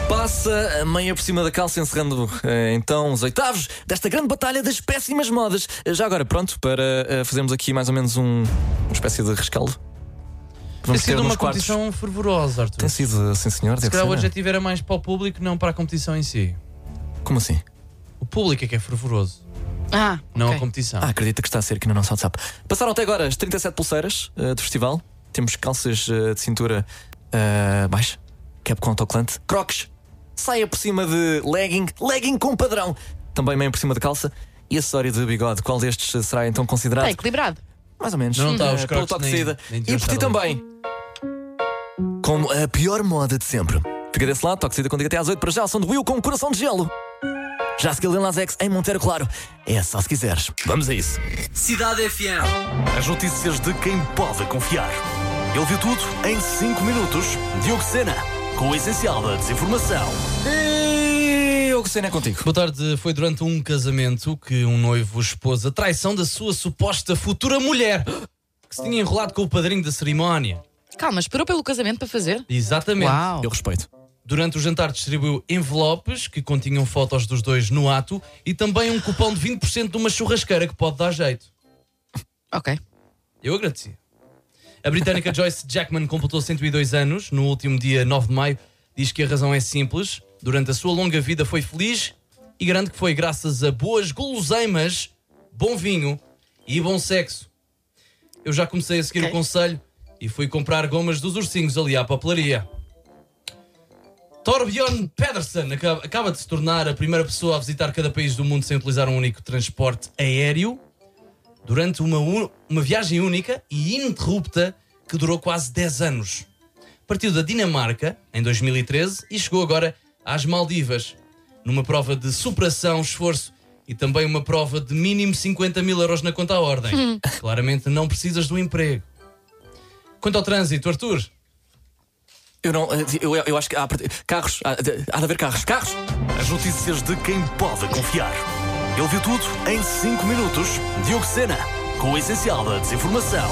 Speaker 3: Passa a meia por cima da calça, encerrando eh, então os oitavos desta grande batalha das péssimas modas. Eh, Já agora, pronto, para eh, fazermos aqui mais ou menos um- uma espécie de rescaldo.
Speaker 5: Tem
Speaker 3: Vamos ter
Speaker 5: sido
Speaker 3: nos
Speaker 5: uma
Speaker 3: quartos.
Speaker 5: competição fervorosa, Arthur.
Speaker 3: Tem sido, sim senhor,
Speaker 5: Se
Speaker 3: deve
Speaker 5: calhar o
Speaker 3: ser.
Speaker 5: objetivo era mais para o público, não para a competição em si. é-
Speaker 3: Como assim?
Speaker 5: O público é que é fervoroso,
Speaker 4: Ah,
Speaker 5: não a competição.
Speaker 3: Ah, acredita que está a ser aqui no nosso WhatsApp. Passaram até agora as 37 pulseiras eh, do festival. Temos calças eh, de cintura eh, baixa, cap com autocolante, crocs, saia por cima de legging, legging com padrão, também meio por cima de calça e acessório de bigode. Qual destes eh, será então considerado?
Speaker 4: Está equilibrado.
Speaker 3: Mais ou menos.
Speaker 5: Não está,
Speaker 3: Eh,
Speaker 5: os
Speaker 3: pelo
Speaker 5: crocs
Speaker 3: toque
Speaker 5: nem-
Speaker 3: de saída.
Speaker 5: nem
Speaker 3: E
Speaker 5: deviam
Speaker 3: por ti
Speaker 5: estar ali.
Speaker 3: também. Como a pior moda de sempre. Fica desse lado, toque de saída contigo até às 8 para já. São de Will com um coração de gelo. Já se Lil Nas X em Monteiro Claro. É só se quiseres. Vamos a isso.
Speaker 1: Cidade FM. As notícias de quem pode confiar. Ele viu tudo em 5 minutos. Diogo Sena, com o essencial da desinformação.
Speaker 3: E o que cena é contigo?
Speaker 5: Boa tarde. Foi durante um casamento que um noivo expôs a traição da sua suposta futura mulher, que se tinha enrolado com o padrinho da cerimónia.
Speaker 4: Calma, esperou pelo casamento para fazer?
Speaker 5: Exatamente.
Speaker 4: Uau.
Speaker 3: Eu respeito.
Speaker 5: Durante o jantar distribuiu envelopes que continham fotos dos dois no ato e também um cupom de 20% de uma churrasqueira que pode dar jeito.
Speaker 4: Ok.
Speaker 5: Eu agradeci. A britânica Joyce Jackman completou 102 anos no último dia 9 de maio. Diz que a razão é simples. Durante a sua longa vida foi feliz e garante que foi graças a boas guloseimas, bom vinho e bom sexo. Eu já comecei a seguir o conselho e fui comprar gomas dos ursinhos ali à papelaria. Torbjorn Pedersen acaba, acaba de se tornar a primeira pessoa a visitar cada país do mundo sem utilizar um único transporte aéreo durante uma, u- uma viagem única e ininterrupta que durou quase 10 anos. Partiu da Dinamarca em 2013 e chegou agora às Maldivas, numa prova de superação, esforço e também uma prova de mínimo 50 mil euros na conta à ordem.
Speaker 4: Hum.
Speaker 5: *laughs* Claramente não precisas do emprego. Quanto ao trânsito, Arthur,
Speaker 3: Eu não. eh, Eu, eu acho que há. part- Carros. Há, de- há de haver carros. Carros!
Speaker 1: As notícias de quem pode confiar. Ele viu tudo em 5 minutos. Diogo Sena, com o essencial da desinformação.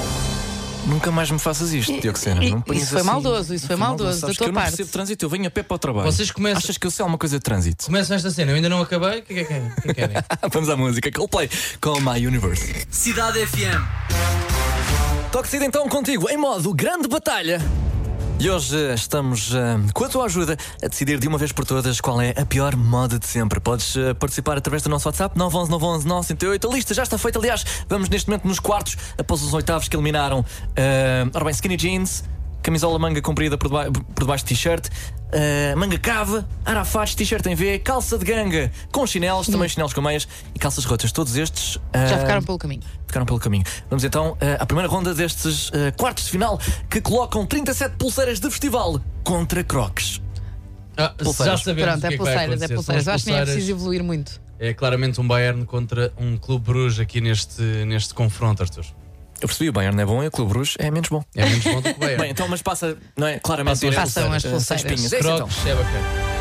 Speaker 3: Nunca mais me faças isto, Diogo Sena.
Speaker 4: e-
Speaker 3: Não me ponhas
Speaker 4: isso foi
Speaker 3: assim.
Speaker 4: maldoso, isso foi maldoso
Speaker 3: Sabes
Speaker 4: da tua
Speaker 3: que eu
Speaker 4: parte.
Speaker 3: não percebo trânsito, eu venho a pé para o trabalho.
Speaker 5: Vocês começam-
Speaker 3: Achas que eu sei alguma coisa de trânsito? *laughs*
Speaker 5: começa esta cena. Eu ainda não acabei. O que é que é? que é que é?
Speaker 3: Vamos à música. Coldplay com My Universe.
Speaker 1: Cidade FM.
Speaker 3: Toxida então contigo, em modo grande batalha. E hoje eh, estamos, eh, com a tua ajuda, a decidir de uma vez por todas qual é a pior moda de sempre. Podes eh, participar através do nosso WhatsApp 911 911 908. A lista já está feita, aliás, vamos neste momento nos quartos, após os oitavos que eliminaram. eh, ora bem, skinny jeans, camisola manga comprida por, deba- por debaixo de t-shirt, eh, manga cava, arafates, t-shirt em V, calça de ganga com chinelos, também chinelos com meias e calças rotas. Todos estes.
Speaker 4: Já
Speaker 3: eh,
Speaker 4: ficaram pelo caminho.
Speaker 3: ficaram pelo caminho. Vamos então eh, à primeira ronda destes eh, quartos de final que colocam 37 pulseiras de festival contra Crocs.
Speaker 5: Ah, já
Speaker 3: Pulseiras.
Speaker 5: sabemos
Speaker 4: Pronto,
Speaker 5: o que
Speaker 4: é
Speaker 5: é que vai
Speaker 4: pulseiras, é
Speaker 5: acontecer. São
Speaker 4: pulseiras.
Speaker 5: as
Speaker 4: Eu acho que nem é
Speaker 5: pulseiras.
Speaker 4: preciso evoluir muito.
Speaker 5: É claramente um Bayern contra um Clube Bruges aqui neste, neste confronto, Arthur.
Speaker 3: Eu percebi, o Bayern é bom e o Clube Bruges é menos bom.
Speaker 5: É menos bom do que o Bayern.
Speaker 3: Bem, então, mas passa, não é? Claramente,
Speaker 5: Passam as
Speaker 3: direto, eh,
Speaker 4: pulseiras. Passam as
Speaker 3: sem
Speaker 4: pulseiras.
Speaker 3: espinhas. É isso, então.
Speaker 5: Crocs, é bacana.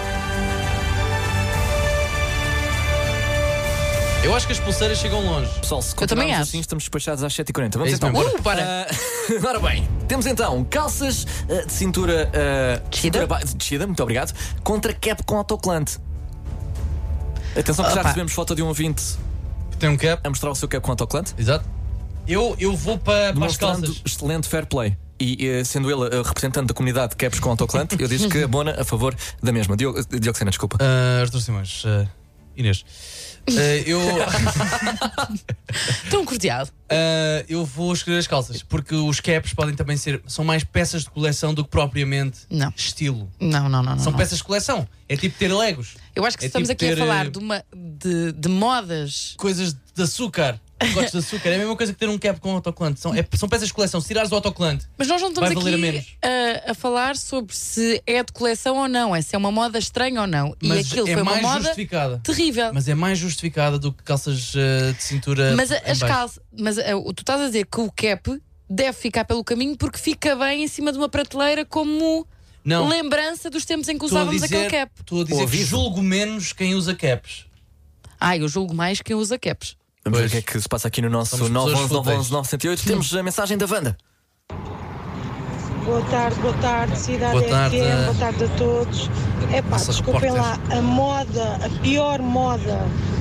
Speaker 5: Eu acho que as pulseiras chegam longe.
Speaker 3: Pessoal, se
Speaker 4: Eu também
Speaker 3: continuarmos
Speaker 4: acho.
Speaker 3: assim, estamos despachados às 7h40. Vamos
Speaker 5: É isso
Speaker 3: então.
Speaker 5: mesmo,
Speaker 4: Uh, para!
Speaker 3: Ah, *laughs* ora bem, temos então calças ah, de cintura. ah,
Speaker 4: Descida?
Speaker 3: cintura ba- Descida, muito obrigado. Contra cap com autocolante. Atenção, que já
Speaker 4: Opa.
Speaker 3: recebemos foto de um ouvinte
Speaker 5: Tem um cap.
Speaker 3: a mostrar o seu cap com autocolante.
Speaker 5: Exato. Eu, eu vou para, para as
Speaker 3: Demonstrando
Speaker 5: calças.
Speaker 3: excelente fair play. E eh, sendo ele eh, representante da comunidade de Caps com autocolante, eu disse
Speaker 5: *laughs*
Speaker 3: que abona a favor da mesma. Diogo, eh, Diogo Sena, desculpa.
Speaker 5: Ah, Arthur Simões. ah, Inês. Ah, eu, *laughs*
Speaker 4: Tão cordial.
Speaker 5: ah, eu vou escolher as calças, porque os caps podem também ser. São mais peças de coleção do que propriamente
Speaker 4: Não.
Speaker 5: estilo.
Speaker 4: Não, não, não. não,
Speaker 5: São
Speaker 4: não.
Speaker 5: peças de coleção. É tipo ter Legos.
Speaker 4: Eu acho que
Speaker 5: É
Speaker 4: estamos
Speaker 5: tipo
Speaker 4: aqui a
Speaker 5: ter,
Speaker 4: falar
Speaker 5: eh,
Speaker 4: de, uma, de, de modas.
Speaker 5: coisas de açúcar. Gotes de açúcar. É a mesma coisa que ter um cap com autocolante. São, é- são peças de coleção. Se tirares o autocolante,
Speaker 4: Mas nós não estamos
Speaker 5: vai valer a menos.
Speaker 4: aqui a, a falar sobre se é de coleção ou não, é se é uma moda estranha ou não. e
Speaker 5: mas
Speaker 4: aquilo
Speaker 5: é
Speaker 4: foi uma
Speaker 5: mais
Speaker 4: moda
Speaker 5: justificada.
Speaker 4: terrível. Mas,
Speaker 5: Mas é mais justificada do que calças eh, de cintura.
Speaker 4: a-
Speaker 5: em
Speaker 4: as
Speaker 5: baixo.
Speaker 4: calças. Mas eh, o- tu estás a dizer que o cap deve ficar pelo caminho porque fica bem em cima de uma prateleira como
Speaker 5: Não,
Speaker 4: lembrança dos tempos em que
Speaker 5: estou a
Speaker 4: usávamos aquele
Speaker 5: dizer,
Speaker 4: cap.
Speaker 5: estou a dizer
Speaker 3: Ou
Speaker 5: que
Speaker 3: aviso.
Speaker 5: julgo menos quem usa caps.
Speaker 4: Ah, eu julgo mais quem usa caps.
Speaker 3: Vamos ver o que é que se passa aqui no nosso
Speaker 5: Somos
Speaker 3: 911
Speaker 5: pessoas
Speaker 3: 911 908. Temos a mensagem da Wanda.
Speaker 14: Boa tarde, boa tarde, cidade
Speaker 3: Boa tarde.
Speaker 14: FM, boa tarde a todos. É pá,
Speaker 3: Nossa
Speaker 14: desculpem lá,
Speaker 3: repórter.
Speaker 14: a moda, a pior moda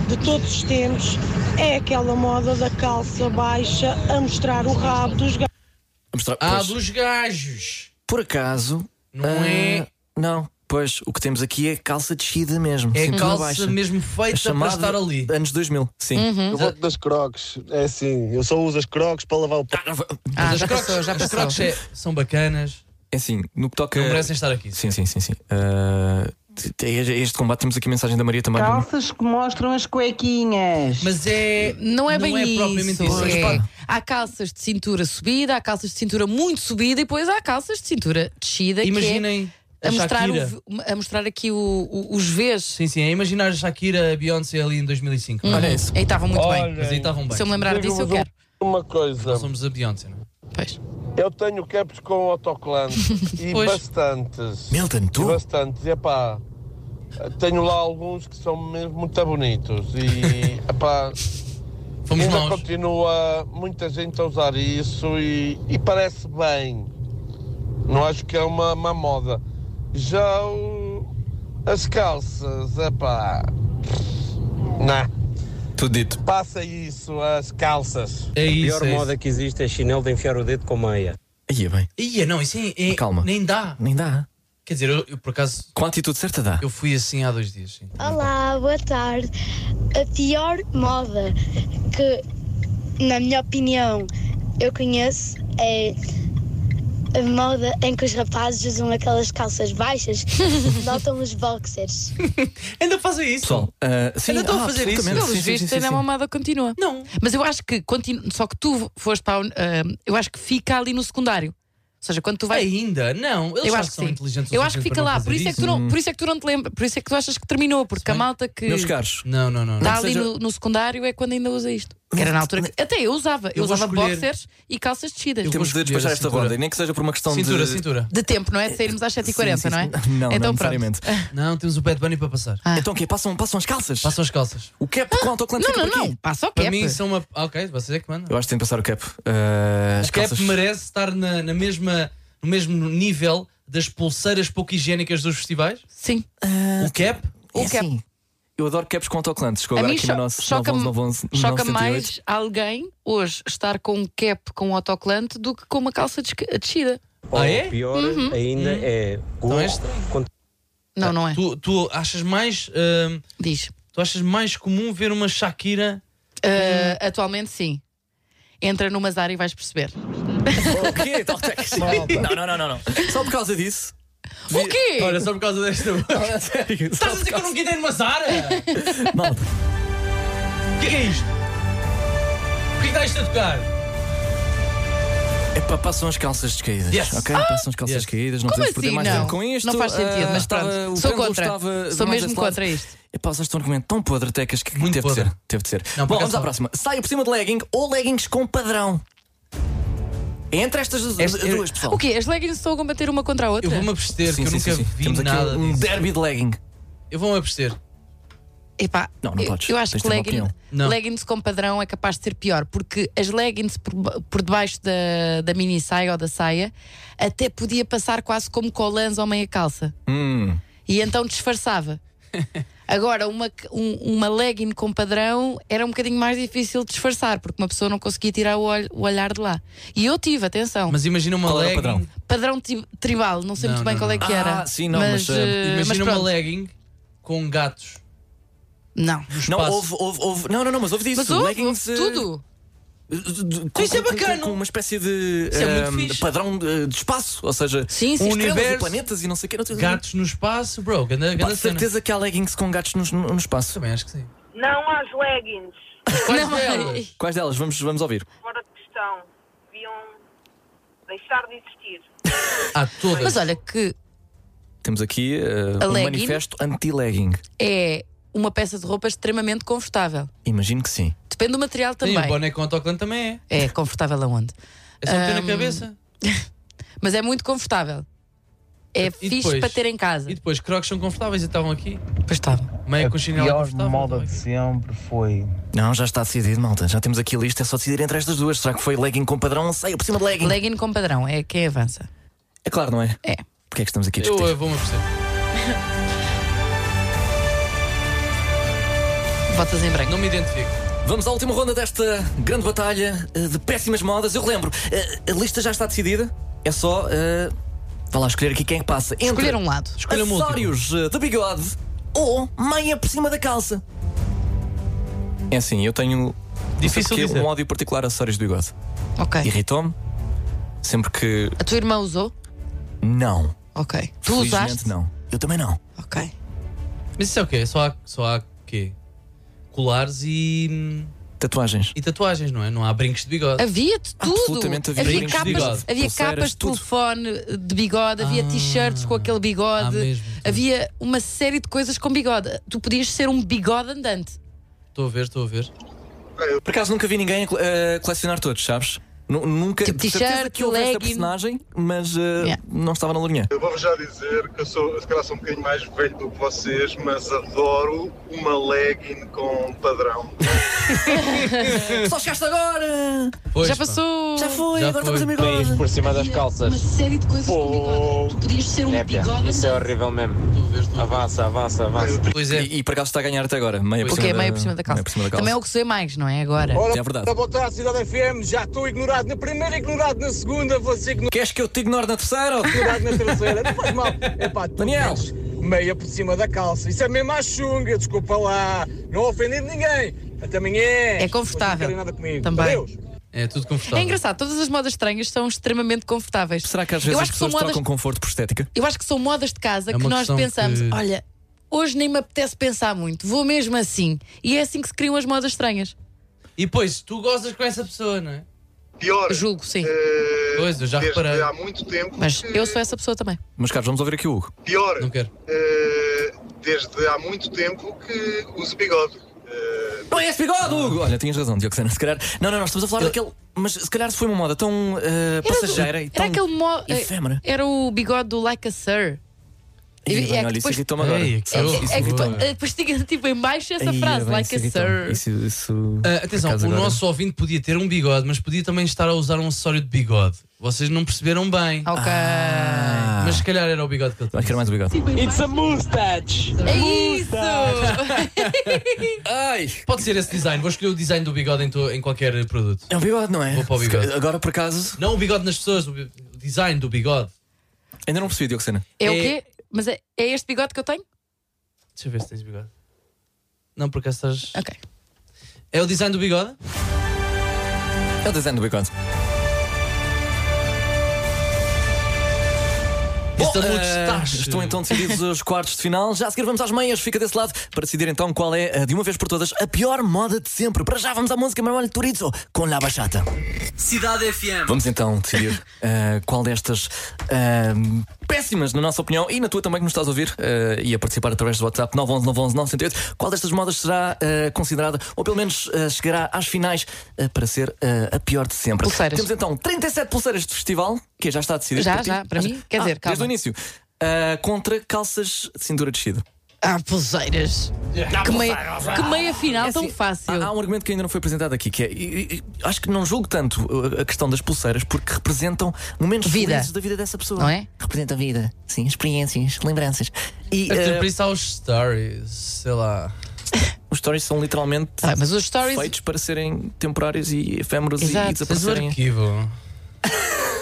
Speaker 14: de todos os tempos é aquela moda da calça baixa a mostrar o rabo dos gajos.
Speaker 5: Ah, dos gajos.
Speaker 3: Por acaso. Não
Speaker 5: é?
Speaker 3: Não. Pois, o que temos aqui é calça descida mesmo.
Speaker 5: É
Speaker 3: cintura
Speaker 5: calça
Speaker 3: baixa. É
Speaker 5: mesmo feita
Speaker 3: A chamada
Speaker 5: para estar ali.
Speaker 3: Anos 2000, sim.
Speaker 7: Eu voto das crocs, é assim, eu só uso as crocs para lavar o
Speaker 3: Ah,
Speaker 7: pé.
Speaker 4: Ah,
Speaker 5: Mas as crocs, as crocs é- são bacanas.
Speaker 3: É assim, no que toca.
Speaker 5: Não merecem estar aqui.
Speaker 3: Sim, sim, sim. sim. Ah, é este combate temos aqui a mensagem da Maria também.
Speaker 12: Calças que mostram as cuequinhas.
Speaker 5: Mas é.
Speaker 4: Não é bem
Speaker 12: é
Speaker 4: isso.
Speaker 12: propriamente isso.
Speaker 4: é-
Speaker 12: Pois, pá.
Speaker 4: Há calças de cintura subida, há calças de cintura muito subida e depois há calças de cintura descida. que é
Speaker 5: Imaginem a
Speaker 4: a, mostrar um o
Speaker 5: Shakira.
Speaker 4: v- a mostrar aqui o- o- os Vs.
Speaker 5: Sim, sim, é imaginar a Shakira, a Beyoncé ali em 2005.
Speaker 4: Uhum. Olha isso. Aí estavam muito bem.
Speaker 5: é? Mas aí Oh, estavam bem.
Speaker 4: Se eu me lembrar disso, eu quero.
Speaker 13: Uma coisa.
Speaker 5: Não somos a Beyoncé, não é?
Speaker 13: Eu tenho caps com
Speaker 3: *laughs*
Speaker 13: autoclantes e
Speaker 5: Pois.
Speaker 13: bastantes.
Speaker 3: Milton, tu?
Speaker 13: E bastantes. E epá, tenho lá alguns que são mesmo muito bonitos.
Speaker 3: *laughs*
Speaker 13: E epá,
Speaker 5: Fomos
Speaker 13: ainda
Speaker 5: nós.
Speaker 13: continua muita gente a usar isso e, e parece bem. Não acho que é uma má moda. Já o- as calças, epá. Não.
Speaker 3: Tudo dito.
Speaker 13: Passa isso, as calças.
Speaker 5: É isso,
Speaker 15: a
Speaker 5: é
Speaker 15: pior moda que existe é chinelo de enfiar o dedo com meia.
Speaker 3: Aí é bem.
Speaker 5: Ia, não, isso é, é-
Speaker 15: Calma.
Speaker 5: Nem dá.
Speaker 3: Nem dá.
Speaker 5: Quer dizer, eu, eu, por acaso.
Speaker 3: Com a atitude certa dá.
Speaker 5: Eu fui assim há dois dias. Sim.
Speaker 4: Ah.
Speaker 16: Olá, boa tarde. A pior moda que, na minha opinião, eu conheço é a moda em que os rapazes usam aquelas
Speaker 5: *laughs*
Speaker 16: calças baixas que notam os boxers.
Speaker 5: Ainda fazem isso?
Speaker 3: Pessoal, ah, sim,
Speaker 4: ainda estou
Speaker 3: ah,
Speaker 4: a fazer isso.
Speaker 3: absolutamente.
Speaker 4: Pelos
Speaker 3: Sim, sim,
Speaker 4: vistos,
Speaker 3: sim,
Speaker 4: ainda
Speaker 3: sim.
Speaker 4: a mamada continua.
Speaker 5: Não.
Speaker 4: Mas eu acho que continua. Só que tu foste para. a uni- ah, eu acho que fica ali no secundário. Ou seja, quando tu vais.
Speaker 5: Ainda? Não, É, eles
Speaker 4: eu
Speaker 5: já
Speaker 4: acho que
Speaker 5: são
Speaker 4: sim.
Speaker 5: inteligentes o
Speaker 4: Eu acho que
Speaker 5: suficiente
Speaker 4: fica
Speaker 5: para
Speaker 4: lá.
Speaker 5: não
Speaker 4: Por isso,
Speaker 5: fazer
Speaker 4: é que tu não,
Speaker 5: isso.
Speaker 4: por isso é que tu não te lembras. Por isso é que tu achas que terminou. Porque a malta que.
Speaker 3: Meus caros.
Speaker 5: Não, não, não.
Speaker 4: Está
Speaker 3: Não que
Speaker 4: ali
Speaker 3: seja-
Speaker 4: no, no secundário é quando ainda usa isto. Que era na altura que- Até eu usava. Eu,
Speaker 3: Eu vou
Speaker 4: usava
Speaker 3: escolher-
Speaker 4: boxers e calças descidas.
Speaker 3: Temos de despachar esta roda, e nem que seja por uma questão
Speaker 5: Cintura,
Speaker 3: de.
Speaker 5: cintura.
Speaker 4: De tempo, não é? De sairmos às 7h40,
Speaker 3: Sim, sim,
Speaker 4: não é?
Speaker 3: sim. Não, não
Speaker 4: então pronto.
Speaker 3: necessariamente.
Speaker 5: Não, temos o Bad Bunny para passar.
Speaker 4: Ah.
Speaker 3: Então o quê? Passam, passam as calças?
Speaker 5: Passam as calças.
Speaker 3: O cap com autoclante
Speaker 4: não,
Speaker 3: fica
Speaker 4: não,
Speaker 3: por aqui.
Speaker 4: não. Passa o
Speaker 5: Para
Speaker 4: cap.
Speaker 5: mim são uma. Ah, ok, vocês é que mandam.
Speaker 3: Eu acho que tem de passar o cap. Ah, as
Speaker 5: O cap
Speaker 3: calças-
Speaker 5: merece estar na, na mesma, no mesmo nível das pulseiras pouco higiênicas dos festivais?
Speaker 4: Sim.
Speaker 5: o cap?
Speaker 3: É assim, Eu adoro caps com autoclantes. Chegou
Speaker 4: A
Speaker 3: agora
Speaker 4: mim
Speaker 3: aqui
Speaker 4: cho-
Speaker 3: no nosso
Speaker 4: choca-me-
Speaker 3: 911
Speaker 4: Choca
Speaker 3: 978.
Speaker 4: mais alguém hoje estar com um cap com um autocolante do que com uma calça desca- descida.
Speaker 15: Ou
Speaker 5: Ah, é?
Speaker 15: pior ainda é
Speaker 5: Não é
Speaker 15: gorro com
Speaker 3: Ah,
Speaker 4: Não, não é.
Speaker 5: Tu, tu achas mais. hum,
Speaker 4: Diz.
Speaker 5: Tu achas mais comum ver uma Shakira.
Speaker 4: Ah, atualmente, sim. Entra numa Zara e vais perceber.
Speaker 3: O quê? Então, tá- Não, não, não, não, não. Só por causa disso.
Speaker 4: O quê?
Speaker 5: Olha, só por causa desta.
Speaker 3: Não, sério.
Speaker 5: Estás a dizer que eu não queria ir numa Zara?
Speaker 3: Malta.
Speaker 5: O que é que é isto? O que é que está isto a tocar?
Speaker 3: É pá, passam as calças descaídas.
Speaker 5: Yes.
Speaker 3: Ok?
Speaker 5: Ah!
Speaker 3: Passam as calças
Speaker 5: Yes.
Speaker 3: descaídas, não
Speaker 4: Como
Speaker 3: podemos perder
Speaker 4: assim?
Speaker 3: mais
Speaker 4: Não.
Speaker 3: tempo com isto.
Speaker 4: Não faz sentido,
Speaker 3: Ah,
Speaker 4: mas
Speaker 3: estava-
Speaker 4: pronto.
Speaker 3: o
Speaker 4: Sou
Speaker 3: Pêndulo
Speaker 4: contra.
Speaker 3: estava
Speaker 4: Sou
Speaker 3: mais
Speaker 4: mesmo
Speaker 3: desse lado.
Speaker 4: contra isto.
Speaker 3: É pá, usaste um argumento tão podre, Tecas, que teve de ser. Teve de ser.
Speaker 5: Não, por
Speaker 3: Bom,
Speaker 5: acaso
Speaker 3: vamos à
Speaker 5: não.
Speaker 3: próxima. Saia por cima de legging ou leggings com padrão. É é Entre estas duas, duas, pessoal.
Speaker 4: O quê? As leggings estão a combater uma contra a outra?
Speaker 5: Eu vou-me abster,
Speaker 3: Sim,
Speaker 5: que eu
Speaker 3: sim,
Speaker 5: nunca
Speaker 3: sim, sim.
Speaker 5: vi
Speaker 3: Temos aqui
Speaker 5: nada.
Speaker 3: um
Speaker 5: disso.
Speaker 3: derby de legging.
Speaker 5: Eu vou-me abster.
Speaker 4: Epá,
Speaker 3: Não, não
Speaker 4: eu,
Speaker 3: podes.
Speaker 4: eu acho
Speaker 3: Tens
Speaker 4: que
Speaker 3: de ter uma
Speaker 4: legging-
Speaker 3: opinião.
Speaker 5: Não.
Speaker 4: leggings com padrão é capaz de ser pior, porque as leggings por, ba- por debaixo da, da mini saia ou da saia até podia passar quase como colãs ou meia calça.
Speaker 3: Hum.
Speaker 4: E
Speaker 3: *laughs*
Speaker 4: então disfarçava. Agora, uma, um- uma legging com padrão era um bocadinho mais difícil de disfarçar, porque uma pessoa não conseguia tirar o, olho- o olhar de lá. E eu tive, atenção.
Speaker 5: Mas imagina uma
Speaker 3: é
Speaker 4: Qual era o
Speaker 5: legging.
Speaker 4: padrão? Padrão ti- tribal, não sei
Speaker 5: Não,
Speaker 4: muito bem
Speaker 5: não,
Speaker 4: qual é
Speaker 5: não.
Speaker 4: que era.
Speaker 3: Ah, sim, não, mas, eh,
Speaker 4: eh,
Speaker 5: Imagina
Speaker 4: pronto.
Speaker 5: uma legging com gatos.
Speaker 4: Não.
Speaker 3: Não,
Speaker 5: espaço.
Speaker 3: houve, houve, houve. Não, não, não, mas houve disso.
Speaker 4: Mas houve,
Speaker 3: Leggings,
Speaker 4: houve
Speaker 3: eh,
Speaker 4: tudo.
Speaker 3: Com,
Speaker 4: Isso é
Speaker 3: com-
Speaker 4: bacana.
Speaker 3: Com, com uma espécie de
Speaker 5: Isso é muito
Speaker 3: ehm,
Speaker 5: fixe.
Speaker 3: padrão eh, de espaço, ou seja,
Speaker 5: Sim, sim,
Speaker 3: um
Speaker 5: estrelas e
Speaker 3: universo,
Speaker 5: planetas
Speaker 3: planetas e não sei o que.
Speaker 5: Gatos no espaço, bro. Ganda,
Speaker 3: Com
Speaker 5: ganda cena.
Speaker 3: certeza que há leggings com gatos no, no espaço.
Speaker 5: Também acho que sim.
Speaker 10: Não às leggings,
Speaker 5: Quais
Speaker 4: é.
Speaker 5: delas?
Speaker 3: Quais delas? Vamos, vamos ouvir.
Speaker 10: fora de questão. Deviam deixar de existir.
Speaker 5: Há todas.
Speaker 4: Mas olha que
Speaker 3: Temos aqui eh,
Speaker 4: A
Speaker 3: um
Speaker 4: legging?
Speaker 3: manifesto anti-legging.
Speaker 4: é uma peça de roupa extremamente confortável.
Speaker 3: Imagino que sim.
Speaker 4: Depende do material
Speaker 5: Sim, o
Speaker 4: também.
Speaker 5: boné com autoclante também é.
Speaker 4: É confortável aonde?
Speaker 5: É só meter
Speaker 4: Ahm,
Speaker 5: na cabeça.
Speaker 4: Mas é muito confortável. É
Speaker 5: E
Speaker 4: fixe
Speaker 5: depois?
Speaker 4: para ter em casa.
Speaker 5: E depois, crocs são confortáveis e estavam aqui.
Speaker 4: Pois tá. estavam.
Speaker 5: Meia
Speaker 17: a
Speaker 5: com chinelo
Speaker 17: pior
Speaker 5: confortável,
Speaker 17: moda
Speaker 5: tá
Speaker 17: de sempre foi.
Speaker 3: Não, já está decidido, malta. Já temos aqui a lista, é só decidir entre estas duas. Será que foi legging com padrão ou saia por cima de legging?
Speaker 4: Legging com padrão, é quem avança.
Speaker 3: É claro, não é?
Speaker 4: É.
Speaker 3: Porquê é que estamos aqui a
Speaker 5: Eu,
Speaker 3: discutir?
Speaker 5: eu vou-me oferecer.
Speaker 4: Votas em branco.
Speaker 5: Não me identifico.
Speaker 3: Vamos à última ronda desta grande batalha eh, de péssimas modas. Eu lembro, eh, a lista já está decidida. É só. eh, vá lá escolher aqui quem é que passa. Entre
Speaker 4: Escolher um lado. Escolha um último.
Speaker 3: Acessórios eh, de bigode ou meia por cima da calça. É assim, eu tenho.
Speaker 5: Difícil
Speaker 3: não sei porquê,
Speaker 5: dizer.
Speaker 3: um ódio particular a acessórios de bigode.
Speaker 4: Ok.
Speaker 3: Irritou-me. Sempre que.
Speaker 4: A tua irmã usou?
Speaker 3: Não.
Speaker 4: Ok. Tu
Speaker 3: Felizmente
Speaker 4: usaste?
Speaker 3: não. Eu também não.
Speaker 4: Ok.
Speaker 5: Mas isso é o quê? Só há, só há quê? Colares e.
Speaker 3: Tatuagens.
Speaker 5: E tatuagens, não é? Não há brincos de bigode.
Speaker 4: Havia de tudo.
Speaker 5: Absolutamente havia brincos de
Speaker 4: capas,
Speaker 5: bigode.
Speaker 4: havia
Speaker 5: Pulseiras,
Speaker 4: capas de
Speaker 5: tudo.
Speaker 4: telefone de bigode, havia
Speaker 3: Ah.
Speaker 4: t-shirts com aquele bigode, havia uma série de coisas com bigode. Tu podias ser um bigode andante.
Speaker 5: Estou a ver, estou a ver.
Speaker 3: Por acaso nunca vi ninguém a cole- a colecionar todos, sabes? Nu- nunca.
Speaker 4: Tipo
Speaker 3: de certeza
Speaker 4: t-shirt,
Speaker 3: que houve esta
Speaker 4: legging.
Speaker 3: personagem, mas eh, não estava na linha.
Speaker 18: Eu vou-vos já dizer que eu sou, se calhar sou um bocadinho mais velho do que vocês, mas adoro uma legging com padrão.
Speaker 3: Só chegaste agora!
Speaker 18: Pois,
Speaker 4: Já
Speaker 18: pá.
Speaker 4: passou! Já foi,
Speaker 11: Já foi. País por cima das calças.
Speaker 4: Uma série de coisas com bigode. Tu podias ser um
Speaker 11: Népia,
Speaker 4: bigode
Speaker 11: isso é horrível mesmo. Avança, avança, avança.
Speaker 5: Pois é.
Speaker 3: E, e por acaso está a ganhar até agora. Meia por
Speaker 4: Porque
Speaker 3: cima
Speaker 4: é
Speaker 3: da-
Speaker 4: meio por cima da calça.
Speaker 3: meia por cima da
Speaker 4: Também é o que sei mais, não é? Agora.
Speaker 3: Ora, É verdade.
Speaker 11: Boa tarde, Cidade FM. Já estou ignorado na primeira, ignorado na segunda. Vou ser ignorado.
Speaker 3: Queres que eu te ignore na terceira?
Speaker 11: Ignorado na terceira. Não faz mal. Epá, tu
Speaker 3: Daniel.
Speaker 11: metes Meia por cima da calça. Isso é mesmo à chunga. Desculpa lá. Não ofendendo ninguém. Até amanhã. É
Speaker 4: confortável.
Speaker 11: nada comigo.
Speaker 4: Também.
Speaker 11: Adeus.
Speaker 5: É tudo
Speaker 4: É
Speaker 5: confortável.
Speaker 4: engraçado, todas as modas estranhas são extremamente confortáveis.
Speaker 3: Será que às vezes
Speaker 4: eu
Speaker 3: as
Speaker 4: acho que são
Speaker 3: pessoas
Speaker 4: modas,
Speaker 3: trocam conforto por estética?
Speaker 4: eu acho que são modas de casa
Speaker 3: É
Speaker 4: que
Speaker 3: uma
Speaker 4: nós
Speaker 3: questão
Speaker 4: pensamos,
Speaker 3: que-
Speaker 4: olha, hoje nem me apetece pensar muito, vou mesmo assim. E é assim que se criam as modas estranhas.
Speaker 5: E pois, tu gozas com essa pessoa, não é?
Speaker 18: Pior. eh,
Speaker 4: Julgo, sim.
Speaker 5: Pois, eu já reparei.
Speaker 18: Há muito tempo
Speaker 4: Mas eu sou essa pessoa também.
Speaker 3: Mas Carlos, vamos ouvir aqui o Hugo.
Speaker 18: Pior,
Speaker 5: Não quero.
Speaker 18: eh, desde há muito tempo que uso bigode.
Speaker 3: Não é esse bigode, Hugo! Olha, tinhas razão, Diocesano. Se calhar. Não, não, nós estamos a falar daquele. Mas se calhar foi uma moda tão eh, passageira e
Speaker 4: era
Speaker 3: tão.
Speaker 4: aquele mo... eh,
Speaker 3: efêmera.
Speaker 4: Era o bigode do Like a Sir.
Speaker 3: Ih, bem,
Speaker 4: é que
Speaker 3: olha, isso
Speaker 4: depois-
Speaker 3: irritou-me agora.
Speaker 5: Ei, que sabes, isso
Speaker 4: é que
Speaker 5: irritou-me.
Speaker 4: depois- eh, depois tinha tipo em baixo essa
Speaker 3: Ei,
Speaker 4: frase,
Speaker 3: bem,
Speaker 4: Like a
Speaker 3: isso irritou-me.
Speaker 4: Sir.
Speaker 3: Isso, isso-
Speaker 5: Ah, atenção,
Speaker 3: por
Speaker 5: o
Speaker 3: acaso agora-
Speaker 5: nosso ouvinte podia ter um bigode, mas podia também estar a usar um acessório de bigode. Vocês não perceberam bem.
Speaker 4: Ok.
Speaker 3: Ah,
Speaker 4: Ah.
Speaker 5: Mas se calhar era o bigode que ele tinha. Acho
Speaker 3: que era mais o bigode.
Speaker 5: It's a mustache!
Speaker 4: É isso!
Speaker 3: Ai!
Speaker 5: Pode ser esse design. Vou escolher o design do bigode em, to- em qualquer produto.
Speaker 3: É um bigode, não é?
Speaker 5: Vou para o bigode.
Speaker 3: Agora por acaso.
Speaker 5: Não o bigode nas pessoas, o bi- o design do bigode.
Speaker 3: Ainda não percebi, Diocesano.
Speaker 4: É o quê? Mas é, é este bigode que eu tenho?
Speaker 5: Deixa eu ver se tens bigode. Não, porque estás.
Speaker 4: Ah.
Speaker 5: Ok. É o design do bigode?
Speaker 3: É o design do bigode. Bom,
Speaker 5: Isso dá-me um
Speaker 3: eh,
Speaker 5: destaque.
Speaker 3: estão então decididos os quartos de final. Já a seguir vamos às meias, fica desse lado para decidir então qual é, eh, de uma vez por todas, a pior moda de sempre. Para já vamos à música Manuel Turizo com La Bachata.
Speaker 1: Cidade FM.
Speaker 3: Vamos então decidir *laughs* eh, qual destas eh, péssimas, na nossa opinião, e na tua também que nos estás a ouvir eh, e a participar através do WhatsApp 911 911 908, qual destas modas será eh, considerada, ou pelo menos eh, chegará às finais eh, para ser eh, a pior de sempre.
Speaker 4: Pulseiras.
Speaker 3: Temos então 37 pulseiras de festival, que já está decidido.
Speaker 4: Já,
Speaker 3: ti?
Speaker 4: já, para mim? Quer
Speaker 3: Ah,
Speaker 4: dizer,
Speaker 3: Desde
Speaker 4: calma.
Speaker 3: o início. Eh, contra calças de cintura descida.
Speaker 4: Ah, pulseiras.
Speaker 3: É.
Speaker 4: Que meia, que meia final tão fácil.
Speaker 3: Há um argumento que ainda não foi apresentado aqui, que é. e- e- e acho que não julgo tanto uh, a questão das pulseiras, porque representam momentos
Speaker 4: Vida.
Speaker 3: felizes da vida dessa pessoa.
Speaker 4: Não é?
Speaker 3: Representa a vida, sim, experiências, lembranças. E
Speaker 4: Eh.
Speaker 5: Até
Speaker 3: uh,
Speaker 5: É, por isso há os stories, sei lá.
Speaker 3: os stories são literalmente
Speaker 4: Tá Ah, mas os stories...
Speaker 3: feitos para serem temporários e efêmeros e- e,
Speaker 4: Exato.
Speaker 3: desaparecerem.
Speaker 5: Mas o arquivo.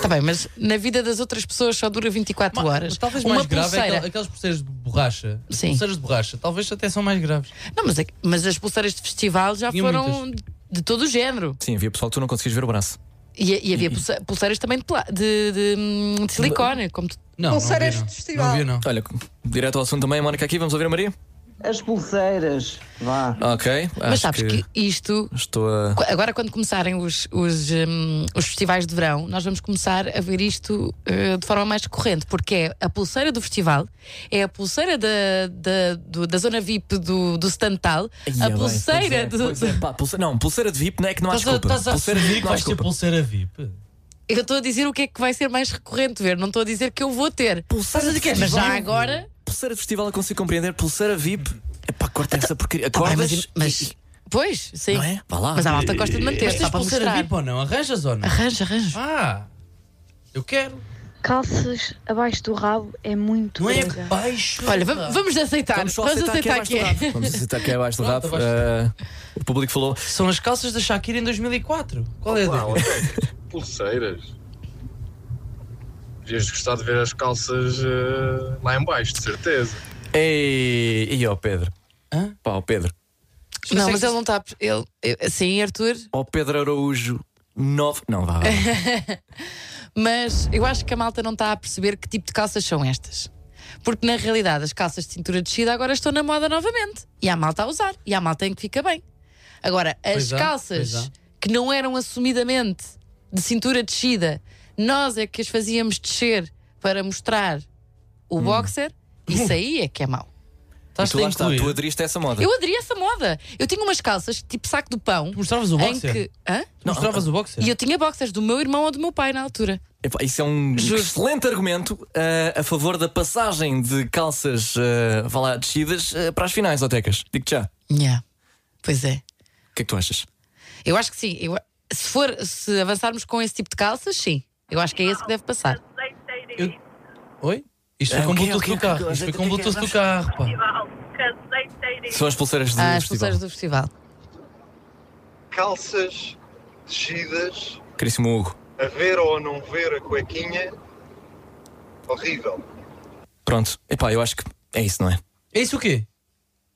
Speaker 4: Tá bem, mas na vida das outras pessoas só dura 24 horas.
Speaker 5: Talvez
Speaker 4: Uma
Speaker 5: mais grave é
Speaker 4: pulseira.
Speaker 5: aquel- aquelas pulseiras de borracha.
Speaker 4: Sim.
Speaker 5: Pulseiras de borracha, talvez até são mais graves.
Speaker 4: Não, mas, é que- mas as pulseiras de festival já
Speaker 5: Tinha
Speaker 4: foram de todo o género.
Speaker 3: Sim, havia pessoal que tu não conseguias ver o braço.
Speaker 4: E, e havia pulse- pulseiras também de, pla- de- de, hum, de silicone. Como tu...
Speaker 3: Olha, direto ao assunto também, Mónica, aqui, vamos ouvir a Maria?
Speaker 12: As pulseiras, vá.
Speaker 3: Ok.
Speaker 4: Mas
Speaker 3: acho
Speaker 4: sabes que... isto.
Speaker 3: Estou a.
Speaker 4: qu- Agora, quando começarem os, os, hum, os festivais de verão, nós vamos começar a ver isto eh, de forma mais corrente, porque é a pulseira do festival, é a pulseira da, da, do- da zona VIP do, do stand tal,
Speaker 3: Ia
Speaker 4: a
Speaker 3: bem,
Speaker 4: pulseira
Speaker 3: pois é,
Speaker 4: do.
Speaker 3: pois é, pá, pulse- Não, pulseira de VIP não é que não há
Speaker 5: Estás a,
Speaker 3: desculpa.
Speaker 5: estás a
Speaker 3: Pulseira de
Speaker 5: assumir
Speaker 3: VIP
Speaker 5: que
Speaker 3: não há
Speaker 5: vais ter
Speaker 3: desculpa.
Speaker 5: pulseira VIP?
Speaker 4: Eu estou a dizer o que é que vai ser mais recorrente ver, não estou a dizer que eu vou ter.
Speaker 3: Pulseira
Speaker 4: Estás a dizer que é,
Speaker 3: de
Speaker 4: Mas já
Speaker 3: festival.
Speaker 4: agora.
Speaker 3: Pulseira de festival eu consigo compreender, pulseira VIP. É Epá, corta essa porcaria.
Speaker 4: Ah,
Speaker 3: Acordas?
Speaker 4: mas, mas- pois, sim.
Speaker 3: Vá lá.
Speaker 4: Mas a malta gosta de
Speaker 3: É
Speaker 4: manter,
Speaker 5: Mas
Speaker 4: só
Speaker 5: tens
Speaker 4: para
Speaker 5: pulseira
Speaker 4: mostrar.
Speaker 5: VIP ou não? Arranjas ou não?
Speaker 4: Arranjo, arranjo.
Speaker 5: Ah, eu quero.
Speaker 17: Calças abaixo do rabo é muito
Speaker 5: Não é
Speaker 17: coisa.
Speaker 5: baixo.
Speaker 4: Olha, va- vamos aceitar.
Speaker 3: Vamos só
Speaker 4: Vamos
Speaker 3: aceitar que é
Speaker 4: aceitar
Speaker 3: abaixo
Speaker 4: que
Speaker 3: do
Speaker 4: é.
Speaker 3: rabo. Vamos aceitar que é abaixo do rabo.
Speaker 5: Pronto, abaixo
Speaker 3: Ah, o público falou.
Speaker 5: São as calças da Shakira em 2004. Qual é a
Speaker 18: Pá,
Speaker 5: dúvida?
Speaker 18: olha, Pulseiras. Devias gostar de ver as calças eh, lá em baixo, de certeza.
Speaker 3: Ei, e ó Pedro. Pá, ó Pedro.
Speaker 4: Não, mas ele não está. Ele, eu- sim, Arthur.
Speaker 3: Ó Pedro Araújo, nove. Não,
Speaker 4: *laughs*
Speaker 3: vá. vá.
Speaker 4: mas eu acho que a malta não está a perceber que tipo de calças são estas. Porque na realidade as calças de cintura descida agora estão na moda novamente. E há malta a usar. E há malta em que fica bem. Agora, as
Speaker 17: Pois há,
Speaker 4: calças
Speaker 17: pois há.
Speaker 4: que não eram assumidamente de cintura descida, nós é que as fazíamos descer para mostrar o boxer, isso aí é que é mau.
Speaker 3: E tu lá está, tu aderiste a essa moda.
Speaker 4: Eu aderi a essa moda. Eu tinha umas calças tipo saco do pão.
Speaker 5: mostravas o
Speaker 4: Em
Speaker 5: boxer?
Speaker 4: que... Hã?
Speaker 5: Tu mostravas o boxer?
Speaker 4: E eu tinha boxers do meu irmão ou do meu pai na altura.
Speaker 3: Epá, isso é um excelente argumento ah, a favor da passagem de calças ah, vá lá, descidas ah, para as finais, Otecas. Digo-te já.
Speaker 4: Yeah. Pois é.
Speaker 3: O que é que tu achas?
Speaker 4: Eu acho que sim. Eu- Se, for, se avançarmos com esse tipo de calças, sim. Eu acho que é esse que deve passar.
Speaker 5: Oi? Isto
Speaker 3: Ah,
Speaker 5: foi com o
Speaker 3: ok,
Speaker 5: Bluetooth
Speaker 3: ok,
Speaker 5: do
Speaker 3: ok,
Speaker 5: carro.
Speaker 3: ok,
Speaker 5: Isto foi
Speaker 3: ok,
Speaker 5: com o
Speaker 3: ok,
Speaker 5: Bluetooth do
Speaker 3: ok.
Speaker 5: carro, pá.
Speaker 3: São as pulseiras é do
Speaker 4: Ah, as
Speaker 3: festival.
Speaker 4: pulseiras do festival.
Speaker 18: Calças descidas,
Speaker 3: Caríssimo Hugo.
Speaker 18: a ver ou a não ver a cuequinha, horrível.
Speaker 3: Pronto. Epá, eu acho que é isso, não é?
Speaker 5: É isso o quê?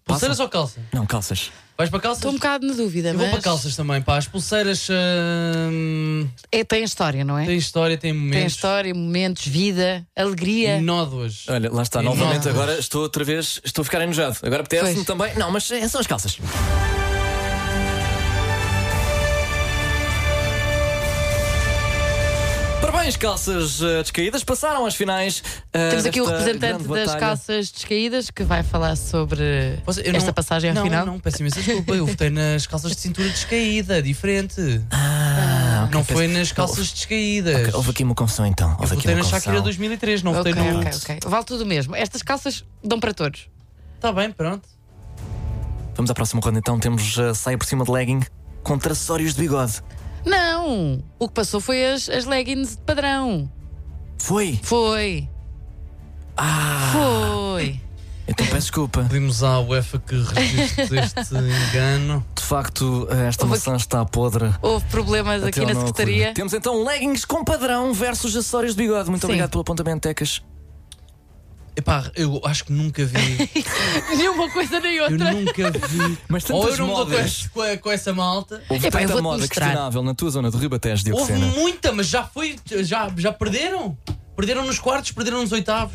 Speaker 5: Pulseiras ou calça?
Speaker 3: Não, calças.
Speaker 5: Vais para calças?
Speaker 4: Estou um bocado na dúvida,
Speaker 5: Eu
Speaker 4: mas
Speaker 5: vou para calças também, pá. As pulseiras hum,
Speaker 4: É, tem a história, não é?
Speaker 5: têm história, têm
Speaker 4: Tem
Speaker 5: momentos.
Speaker 4: história, momentos, vida, alegria.
Speaker 5: Nódoas.
Speaker 3: Olha, lá está,
Speaker 5: E
Speaker 3: novamente
Speaker 5: não.
Speaker 3: agora estou outra vez, estou a ficar enojado. Agora apetece-me
Speaker 4: Pois.
Speaker 3: também. Não, mas é, são as calças. Parabéns, calças eh, descaídas, passaram às finais. eh,
Speaker 4: Temos aqui o
Speaker 3: desta
Speaker 4: representante
Speaker 3: grande
Speaker 4: das
Speaker 3: batalha.
Speaker 4: calças descaídas que vai falar sobre
Speaker 5: Posso- eu
Speaker 4: esta
Speaker 5: não-
Speaker 3: é
Speaker 4: passagem ao
Speaker 5: não,
Speaker 4: final.
Speaker 5: Não, peço imensa desculpa. Eu votei nas calças de cintura descaída, diferente. não
Speaker 3: Ah, ok,
Speaker 5: foi
Speaker 3: peço-
Speaker 5: nas calças descaídas.
Speaker 3: Ok, houve aqui uma confusão então. Houve
Speaker 5: Eu
Speaker 3: aqui
Speaker 5: votei
Speaker 3: uma
Speaker 5: na
Speaker 3: confusão.
Speaker 5: Shakira 2003, não
Speaker 4: Ok,
Speaker 5: votei no.
Speaker 4: ok, ok. Vale tudo mesmo. Estas calças dão para todos.
Speaker 5: Está Tá bem, pronto.
Speaker 3: Vamos à próxima ronda então. Temos eh, saia por cima de legging com acessórios de bigode.
Speaker 4: Não! O que passou foi as, as leggings de padrão.
Speaker 3: Foi?
Speaker 4: Foi.
Speaker 3: Ah!
Speaker 4: Foi.
Speaker 3: Então peço desculpa.
Speaker 5: Pedimos à UEFA que
Speaker 3: *laughs*
Speaker 5: registre este engano.
Speaker 3: De facto, eh, esta maçã está podre.
Speaker 4: Houve problemas
Speaker 3: Até
Speaker 4: aqui na
Speaker 3: ao não
Speaker 4: secretaria.
Speaker 3: acordo. Temos então leggings com padrão versus acessórios de bigode. Muito
Speaker 4: Sim.
Speaker 3: obrigado pelo apontamento, Tecas.
Speaker 5: Epá, eu acho que nunca
Speaker 3: *laughs*
Speaker 5: vi.
Speaker 4: Nenhuma coisa nem
Speaker 5: Eu
Speaker 4: outra.
Speaker 5: nunca vi.
Speaker 3: Mas
Speaker 5: Ou
Speaker 3: tantas
Speaker 5: eu não me dou com,
Speaker 3: modas.
Speaker 5: este- com a- com essa malta.
Speaker 3: Houve
Speaker 4: Epá, eu
Speaker 3: tanta
Speaker 4: vou-te
Speaker 3: moda
Speaker 4: mostrar.
Speaker 3: questionável na tua zona de Ribatejo,
Speaker 5: Houve
Speaker 3: Diocesana.
Speaker 5: muita, mas já foi. Já, já perderam. Perderam nos quartos, perderam nos oitavos.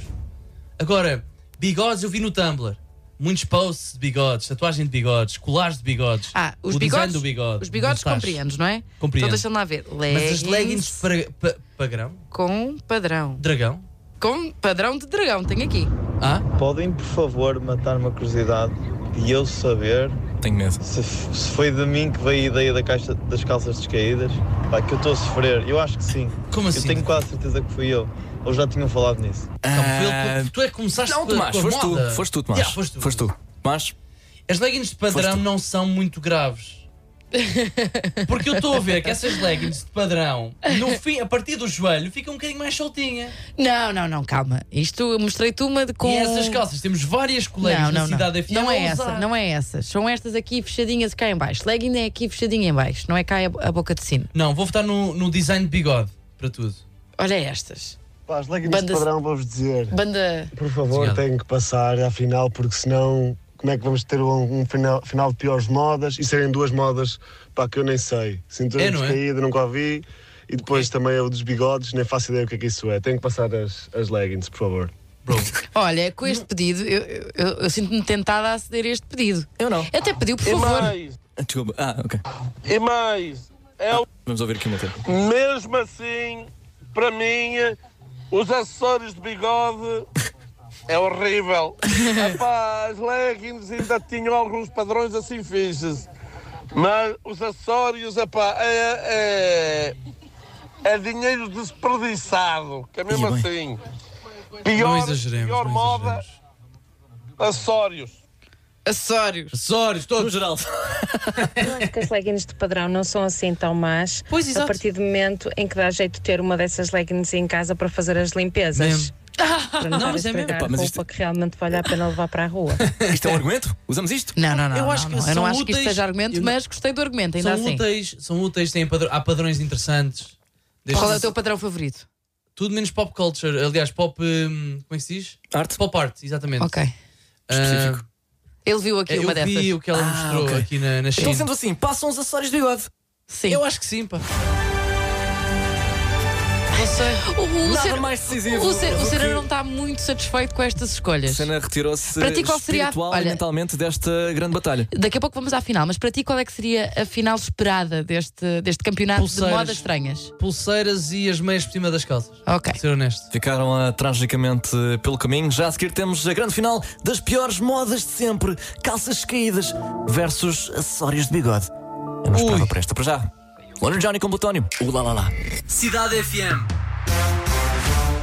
Speaker 5: Agora, bigodes eu vi no Tumblr. Muitos posts de bigodes, tatuagem de bigodes, colares de bigodes.
Speaker 4: Ah, os
Speaker 5: o
Speaker 4: bigodes.
Speaker 5: design do bigode.
Speaker 4: Os bigodes
Speaker 5: mustache.
Speaker 4: compreendes, não é?
Speaker 5: Compreendo.
Speaker 4: Então deixa-me lá ver. Leggings
Speaker 5: Mas as leggings para, pa- pagrão?
Speaker 4: com padrão.
Speaker 5: Dragão?
Speaker 4: Com padrão de dragão, tenho aqui.
Speaker 5: Ah?
Speaker 19: Podem, por favor, matar uma curiosidade e eu saber
Speaker 3: Tenho medo.
Speaker 19: se, f- se foi de mim que veio a ideia da caixa, das calças descaídas? Pá, que eu estou a sofrer. Eu acho que sim.
Speaker 5: Como assim?
Speaker 19: Eu tenho quase certeza que fui eu. Ou já tinham falado nisso.
Speaker 5: Não, foi ele que- tu é que começaste
Speaker 3: Não,
Speaker 5: com a-
Speaker 3: Tomás,
Speaker 5: com a
Speaker 3: foste
Speaker 5: moda.
Speaker 3: tu. Foste tu, Tomás.
Speaker 5: Yeah, foste tu.
Speaker 3: Foste tu. Mas
Speaker 5: As leggings de padrão não são muito
Speaker 4: *laughs*
Speaker 5: graves. Porque eu estou a ver que essas leggings de padrão, no fim, a partir do joelho, fica um bocadinho mais soltinha.
Speaker 4: Não, não, não, calma. Isto eu mostrei-te uma de com.
Speaker 5: E essas calças, temos várias colegas
Speaker 4: Não, não,
Speaker 5: na
Speaker 4: não.
Speaker 5: cidade FM
Speaker 4: não é
Speaker 5: a usar.
Speaker 4: essa, não é essas. São estas aqui fechadinhas cá em baixo. Legging é aqui fechadinha em baixo, não é cá a a boca de sino.
Speaker 5: Não, vou votar no, no design de bigode para tudo.
Speaker 4: Olha estas.
Speaker 7: Pá, as leggings
Speaker 4: Banda-
Speaker 7: de padrão, vou-vos dizer.
Speaker 4: Banda.
Speaker 7: Por favor,
Speaker 5: Obrigado.
Speaker 7: tenho que passar à final, porque senão, como é que vamos ter um, um final, final de piores modas e serem duas modas pá, que eu nem sei. Cintura
Speaker 5: É, não é?
Speaker 7: descaída, nunca a vi. E depois também é o dos bigodes, nem faço ideia o que é que isso é. Tenho que passar as, as leggings, por favor.
Speaker 4: Olha, com este pedido, eu, eu- eu- eu sinto-me tentada a aceder a este pedido.
Speaker 3: Eu não.
Speaker 4: Até pediu, por
Speaker 13: E
Speaker 4: favor.
Speaker 13: mais,
Speaker 3: Desculpa. Ah, ok.
Speaker 13: e mais. É o-
Speaker 3: Vamos ouvir aqui uma tela.
Speaker 13: mesmo assim, para mim, os acessórios de bigode é horrível. Epá, as leggings ainda tinham alguns padrões assim fixes. Mas os acessórios, epá, é, é, é dinheiro desperdiçado, que é mesmo
Speaker 5: Ia
Speaker 13: assim.
Speaker 5: Não
Speaker 13: Pior,
Speaker 5: exageremos,
Speaker 13: pior
Speaker 5: não
Speaker 13: moda, acessórios.
Speaker 4: Acessórios.
Speaker 5: Acessórios, todos. No
Speaker 3: geral.
Speaker 20: Eu acho que as leggings de padrão não são assim tão más.
Speaker 4: Pois,
Speaker 20: A
Speaker 4: exato.
Speaker 20: partir do momento em que dá jeito de ter uma dessas leggings em casa para fazer as limpezas. Para não,
Speaker 3: Não,
Speaker 20: estar a
Speaker 3: mas é mesmo.
Speaker 20: estragar
Speaker 3: Epá, mas
Speaker 20: roupa
Speaker 3: isto-
Speaker 20: que realmente vale a pena levar para a rua.
Speaker 3: *laughs* Isto é um argumento? Usamos isto?
Speaker 4: Não, não, não.
Speaker 5: Eu
Speaker 4: não,
Speaker 5: acho que
Speaker 4: não. Eu não
Speaker 5: são
Speaker 4: acho que isto
Speaker 5: úteis.
Speaker 4: seja argumento,
Speaker 5: Eu-
Speaker 4: mas gostei do argumento, ainda
Speaker 5: São
Speaker 4: assim.
Speaker 5: úteis, são úteis, têm padr- há padrões interessantes. Desde-
Speaker 4: Qual é o teu padrão favorito?
Speaker 5: Tudo menos pop culture. Aliás, pop. hum, como é que se diz? Arte. Pop art, exatamente.
Speaker 4: Ok.
Speaker 5: Ah,
Speaker 3: Específico.
Speaker 4: Ele viu aqui
Speaker 5: é,
Speaker 4: uma
Speaker 5: eu
Speaker 4: dessas.
Speaker 5: vi o que ela
Speaker 3: Ah,
Speaker 5: mostrou
Speaker 3: ok.
Speaker 5: aqui na, na China.
Speaker 3: Então, sendo assim, passam os acessórios de bigode.
Speaker 4: Sim.
Speaker 5: Eu acho que sim, pá.
Speaker 4: Não sei. O, o
Speaker 3: Nada
Speaker 4: ser,
Speaker 3: mais decisivo
Speaker 4: O, ser,
Speaker 3: do
Speaker 4: o ser
Speaker 3: que-
Speaker 4: não está muito satisfeito com estas escolhas.
Speaker 3: Cena retirou-se
Speaker 4: Para ti, qual seria a-
Speaker 3: espiritual e
Speaker 4: olha-
Speaker 3: mentalmente desta grande batalha.
Speaker 4: Daqui a pouco vamos à final, mas para ti qual é que seria a final esperada deste, deste campeonato
Speaker 5: Pulseiras.
Speaker 4: de modas estranhas?
Speaker 5: Pulseiras e as meias por cima das calças.
Speaker 4: Ok.
Speaker 5: Ser honesto.
Speaker 3: Ficaram ah, tragicamente pelo caminho. Já a seguir temos a grande final das piores modas de sempre: calças caídas versus acessórios de bigode. Eu não esperava para esta, para já. Lona Johnny com Plutónio. O lá lá lá.
Speaker 1: Cidade FM.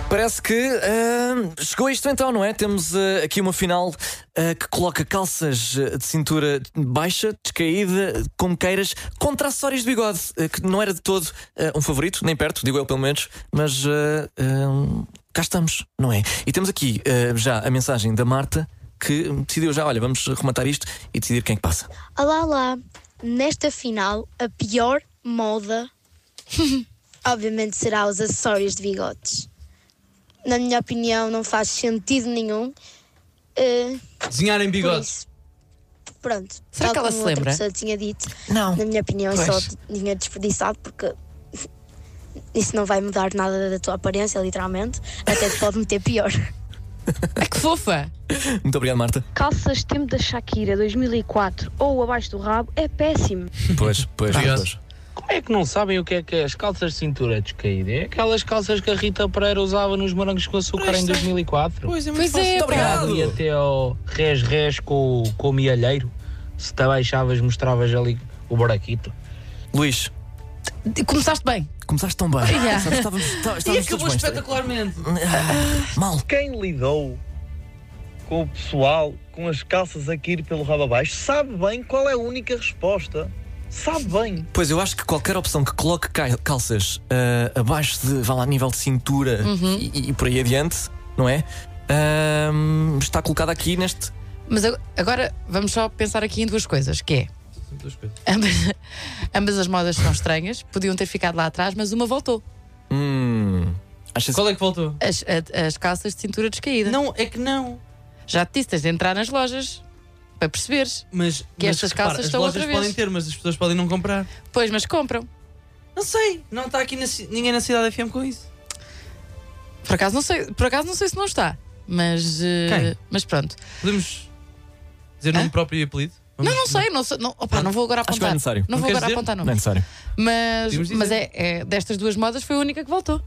Speaker 3: Parece que ah, chegou isto então, não é? Temos ah, aqui uma final ah, que coloca calças ah, de cintura baixa, descaída, como queiras, contra acessórios de bigode, ah, que não era de todo ah, um favorito, nem perto, digo eu pelo menos, mas ah, ah, cá estamos, não é? E temos aqui ah, já a mensagem da Marta que decidiu já, olha, vamos rematar isto e decidir quem é que passa.
Speaker 16: *laughs* Olá, olá. Nesta final, a pior moda, *laughs* obviamente, será os acessórios de bigodes. Na minha opinião, não faz sentido nenhum. Eh,
Speaker 5: Desenhar em
Speaker 16: por
Speaker 5: bigodes.
Speaker 16: isso, pronto.
Speaker 4: Será
Speaker 16: tal
Speaker 4: que ela
Speaker 16: como
Speaker 4: se
Speaker 16: outra
Speaker 4: lembra?
Speaker 16: pessoa tinha dito.
Speaker 3: Não.
Speaker 16: Na minha opinião, é só
Speaker 4: Pois.
Speaker 16: dinheiro desperdiçado porque isso não vai mudar nada da tua aparência, literalmente. Até te pode meter pior.
Speaker 4: Ah, que fofa!
Speaker 3: Muito obrigado, Marta.
Speaker 17: *laughs* Calças tempo da Shakira 2004 ou abaixo do rabo é péssimo.
Speaker 3: Pois, pois,
Speaker 11: Obrigado.
Speaker 3: pois.
Speaker 11: Como é que não sabem o que é que é as calças de cintura descaída? É aquelas calças que a Rita Pereira usava nos morangos com açúcar em 2004.
Speaker 5: Pois é,
Speaker 4: Pois é, pá.
Speaker 11: E até ao res-res com, o- com o mialheiro. Se te abaixavas, mostravas ali o buraquito.
Speaker 3: Luís,
Speaker 4: Começaste bem.
Speaker 3: começaste tão bem.
Speaker 4: Yeah.
Speaker 3: Sabes, estávamos, está-
Speaker 5: E
Speaker 1: é
Speaker 3: estávamos todos
Speaker 5: acabou
Speaker 3: bem.
Speaker 5: espetacularmente.
Speaker 3: Ah, mal.
Speaker 19: Quem lidou com o pessoal com as calças a cair pelo rabo abaixo sabe bem qual é a única resposta. Sabe bem.
Speaker 3: Pois eu acho que qualquer opção que coloque ca- calças ah, abaixo de, vá lá, nível de cintura
Speaker 4: Uhum.
Speaker 3: e, e por aí adiante, não é? Ahm, está colocada aqui neste.
Speaker 4: Mas ag- agora vamos só pensar aqui em duas coisas, que é.
Speaker 5: Duas coisas.
Speaker 4: Ambas, *laughs* ambas as modas são estranhas, podiam ter ficado lá atrás, mas uma voltou.
Speaker 3: Hum, achas
Speaker 5: Qual é que voltou?
Speaker 4: As, a- as calças de cintura descaída.
Speaker 5: Não, é que não.
Speaker 4: Já te disse, tens de entrar nas lojas para perceberes.
Speaker 5: Mas,
Speaker 4: Que
Speaker 5: mas
Speaker 4: estas
Speaker 5: repara,
Speaker 4: calças
Speaker 5: as
Speaker 4: estão
Speaker 5: lojas
Speaker 4: outra vez.
Speaker 5: podem ter, mas as pessoas podem não comprar.
Speaker 4: Pois, mas compram.
Speaker 5: Não sei, não está aqui na ci- ninguém na cidade FM com isso.
Speaker 4: Por acaso não sei, por acaso não sei se não está. Mas, eh,
Speaker 5: Quem?
Speaker 4: mas pronto.
Speaker 5: Podemos dizer nome próprio e apelido?
Speaker 4: Não, não sei, não, sei, não, opa, não vou agora
Speaker 3: Acho que não é
Speaker 4: apontar.
Speaker 3: necessário.
Speaker 5: Não
Speaker 4: Não vou
Speaker 5: queres
Speaker 4: agora
Speaker 5: dizer?
Speaker 4: apontar
Speaker 3: Não é
Speaker 4: nomes.
Speaker 3: necessário.
Speaker 5: Podíamos
Speaker 4: Mas,
Speaker 5: dizer.
Speaker 4: mas é, é- destas duas modas foi a única que voltou.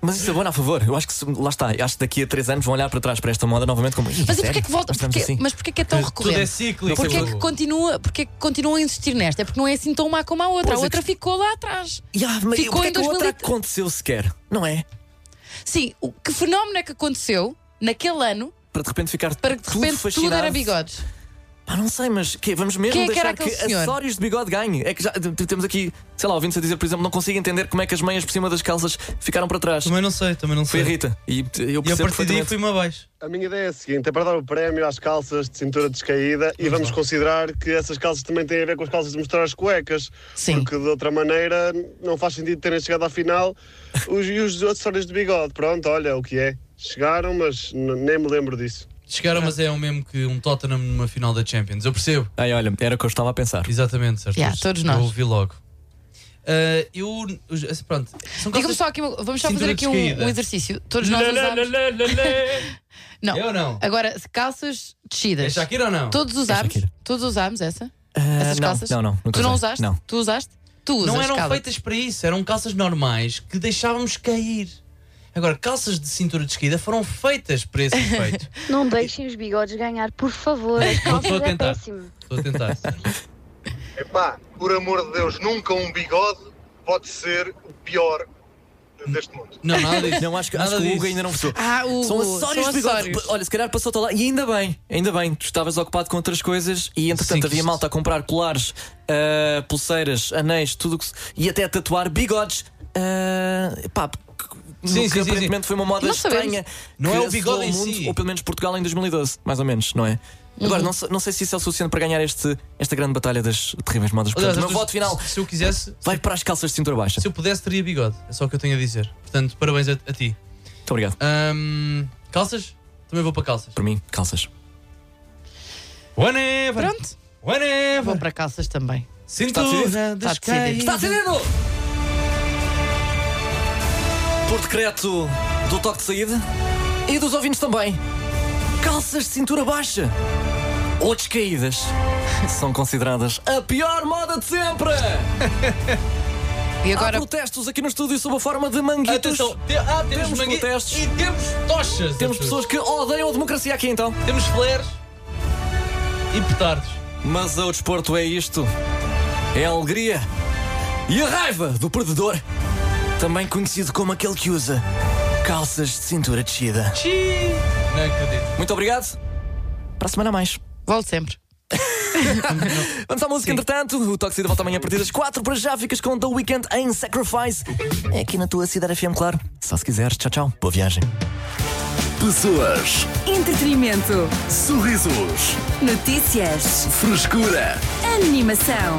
Speaker 3: Mas isso é bom a favor. Eu acho que se- lá está. Eu acho que daqui a três anos vão olhar para trás para esta moda novamente como.
Speaker 4: Mas e porquê é que volta?
Speaker 3: Nós estamos
Speaker 4: Porquê-
Speaker 3: assim.
Speaker 4: mas porquê é que é
Speaker 5: Tudo
Speaker 4: tão
Speaker 5: é
Speaker 4: recorrente?
Speaker 5: cíclico.
Speaker 4: Porquê é que continua, porquê é que continuam a insistir nesta? É porque não é assim tão má como a outra.
Speaker 3: Pois é
Speaker 4: a outra ficou lá atrás.
Speaker 3: Yeah, mas
Speaker 4: Ficou
Speaker 3: porquê
Speaker 4: em
Speaker 3: é que a outra
Speaker 4: 2000
Speaker 3: aconteceu sequer, não é?
Speaker 4: Sim, o que fenómeno é que aconteceu naquele ano
Speaker 3: Para de repente ficar
Speaker 4: para que de
Speaker 3: tudo
Speaker 4: repente
Speaker 3: fascinado.
Speaker 4: tudo era bigodes?
Speaker 3: Pá, não sei, mas quê? vamos mesmo
Speaker 4: Quem é que
Speaker 3: deixar
Speaker 4: era
Speaker 3: que,
Speaker 4: aquele senhor?
Speaker 3: acessórios de bigode ganhe. É que já t- t- temos aqui, sei lá, ouvintes a dizer, por exemplo, não consigo entender como é que as meias por cima das calças ficaram para trás.
Speaker 5: Também não sei, também não
Speaker 3: Foi
Speaker 5: sei.
Speaker 3: a Rita. E t- eu
Speaker 5: E a
Speaker 3: percebo
Speaker 5: partir daí
Speaker 3: perfeitamente.
Speaker 5: fui-me abaixo.
Speaker 7: A minha ideia é a seguinte: é para dar o prémio às calças de cintura descaída e vamos considerar que essas calças também têm a ver com as calças de mostrar as cuecas.
Speaker 4: Sim.
Speaker 7: Porque de outra maneira não faz sentido terem chegado à final os, e os acessórios de bigode. Pronto, olha o que é. Chegaram, mas n- nem me lembro disso.
Speaker 5: Chegaram, mas é o mesmo que um Tottenham numa final da Champions. Eu percebo.
Speaker 3: Ai, olha, era o que eu estava a pensar.
Speaker 5: Exatamente, certo?
Speaker 4: Yeah, todos nós.
Speaker 5: Eu ouvi logo. Ah, eu. os- assim, Pronto. São
Speaker 4: Diga-me
Speaker 5: calças-
Speaker 4: só aqui, uma- vamos só
Speaker 5: Cintura
Speaker 4: fazer aqui um,
Speaker 5: descaída.
Speaker 4: um exercício. Todos nós usámos. *laughs* Não.
Speaker 5: Eu não.
Speaker 4: Agora, calças
Speaker 5: É
Speaker 4: descidas.
Speaker 5: Shakira ou não?
Speaker 4: Todos usámos. Todos usámos essa?
Speaker 3: Ah,
Speaker 4: Essas
Speaker 3: não,
Speaker 4: calças?
Speaker 3: Não, não. nunca
Speaker 4: tu não
Speaker 3: usei.
Speaker 4: usaste?
Speaker 3: Não.
Speaker 4: Tu usaste? Tu usas.
Speaker 5: Não eram
Speaker 4: cala-te.
Speaker 5: feitas para isso, eram calças normais que deixávamos cair. Agora, calças de cintura de esquida foram feitas para
Speaker 1: *laughs*
Speaker 5: esse efeito.
Speaker 17: Não deixem os bigodes ganhar, por favor.
Speaker 4: *laughs*
Speaker 17: As
Speaker 5: Não estou
Speaker 17: calças
Speaker 5: a
Speaker 17: é
Speaker 5: tentar.
Speaker 17: péssimo.
Speaker 5: Estou
Speaker 1: *laughs*
Speaker 5: a tentar.
Speaker 18: Epá, por amor de Deus, nunca um bigode pode ser o pior
Speaker 7: deste mundo.
Speaker 5: Não, nada disso.
Speaker 1: Não, acho que,
Speaker 5: Nada
Speaker 1: acho que o Hugo
Speaker 5: disso.
Speaker 1: ainda não passou.
Speaker 4: Ah, Hugo,
Speaker 1: são acessórios
Speaker 4: são
Speaker 1: de bigode.
Speaker 4: acessórios.
Speaker 1: Olha, se calhar passou-te lá. E ainda bem, ainda bem. Tu estavas ocupado com outras coisas e entretanto havia malta a comprar colares, ah, pulseiras, anéis, tudo o que se- E até a tatuar bigodes. Ah, pá, no
Speaker 5: Sim,
Speaker 1: que
Speaker 5: sim, sim,
Speaker 1: aparentemente
Speaker 5: sim.
Speaker 1: foi uma moda
Speaker 5: Não sabemos.
Speaker 1: estranha.
Speaker 5: Não
Speaker 1: que
Speaker 5: é o
Speaker 1: assolou
Speaker 5: bigode em
Speaker 1: mundo,
Speaker 5: si.
Speaker 1: Ou pelo menos Portugal em 2012, mais ou menos, não é? Agora, não, sei- não sei se isso é o suficiente para ganhar este, esta grande batalha das terríveis modas.
Speaker 5: Aliás,
Speaker 1: Portanto, o meu
Speaker 5: tu-
Speaker 1: voto final
Speaker 5: Se eu quisesse,
Speaker 1: vai para as calças de cintura baixa.
Speaker 5: se eu pudesse, teria bigode. É só o que eu tenho a dizer. Portanto, parabéns a, a ti.
Speaker 1: Muito obrigado.
Speaker 5: Ahm, calças? Também vou para calças.
Speaker 1: Para mim, calças.
Speaker 5: Whenever.
Speaker 4: Pronto.
Speaker 5: Whenever.
Speaker 4: Vou para calças também.
Speaker 5: Cintura
Speaker 1: decidido?
Speaker 5: das
Speaker 4: Está decidido.
Speaker 5: caídas.
Speaker 1: Está decidido! Por decreto do toque de saída e dos ouvintes também, calças de cintura baixa ou descaídas *laughs* são consideradas a pior moda de sempre!
Speaker 4: E
Speaker 1: Há
Speaker 3: Ah,
Speaker 4: agora,
Speaker 1: protestos aqui no estúdio sob a forma de manguitos.
Speaker 5: Atenção, te- ah, temos,
Speaker 1: Temos
Speaker 5: mangui-
Speaker 1: protestos.
Speaker 5: e temos tochas.
Speaker 1: Temos pessoas que odeiam a democracia aqui então.
Speaker 5: Temos flares e petardos.
Speaker 1: Mas o desporto é isto. É a alegria e a raiva do perdedor, também conhecido como aquele que usa calças de cintura descida.
Speaker 5: Tchiii. Não acredito.
Speaker 1: Muito obrigado. Para a semana a mais.
Speaker 4: volto sempre.
Speaker 1: Vamos à música, entretanto. O Toxido volta amanhã a partir das 4. Para já ficas com The Weekend em Sacrifice. É Aqui na tua cidade FM, claro. Só se quiseres. Tchau, tchau. Boa viagem.
Speaker 21: Pessoas,
Speaker 2: Entretenimento.
Speaker 21: sorrisos,
Speaker 2: Notícias.
Speaker 21: frescura.
Speaker 2: Animação.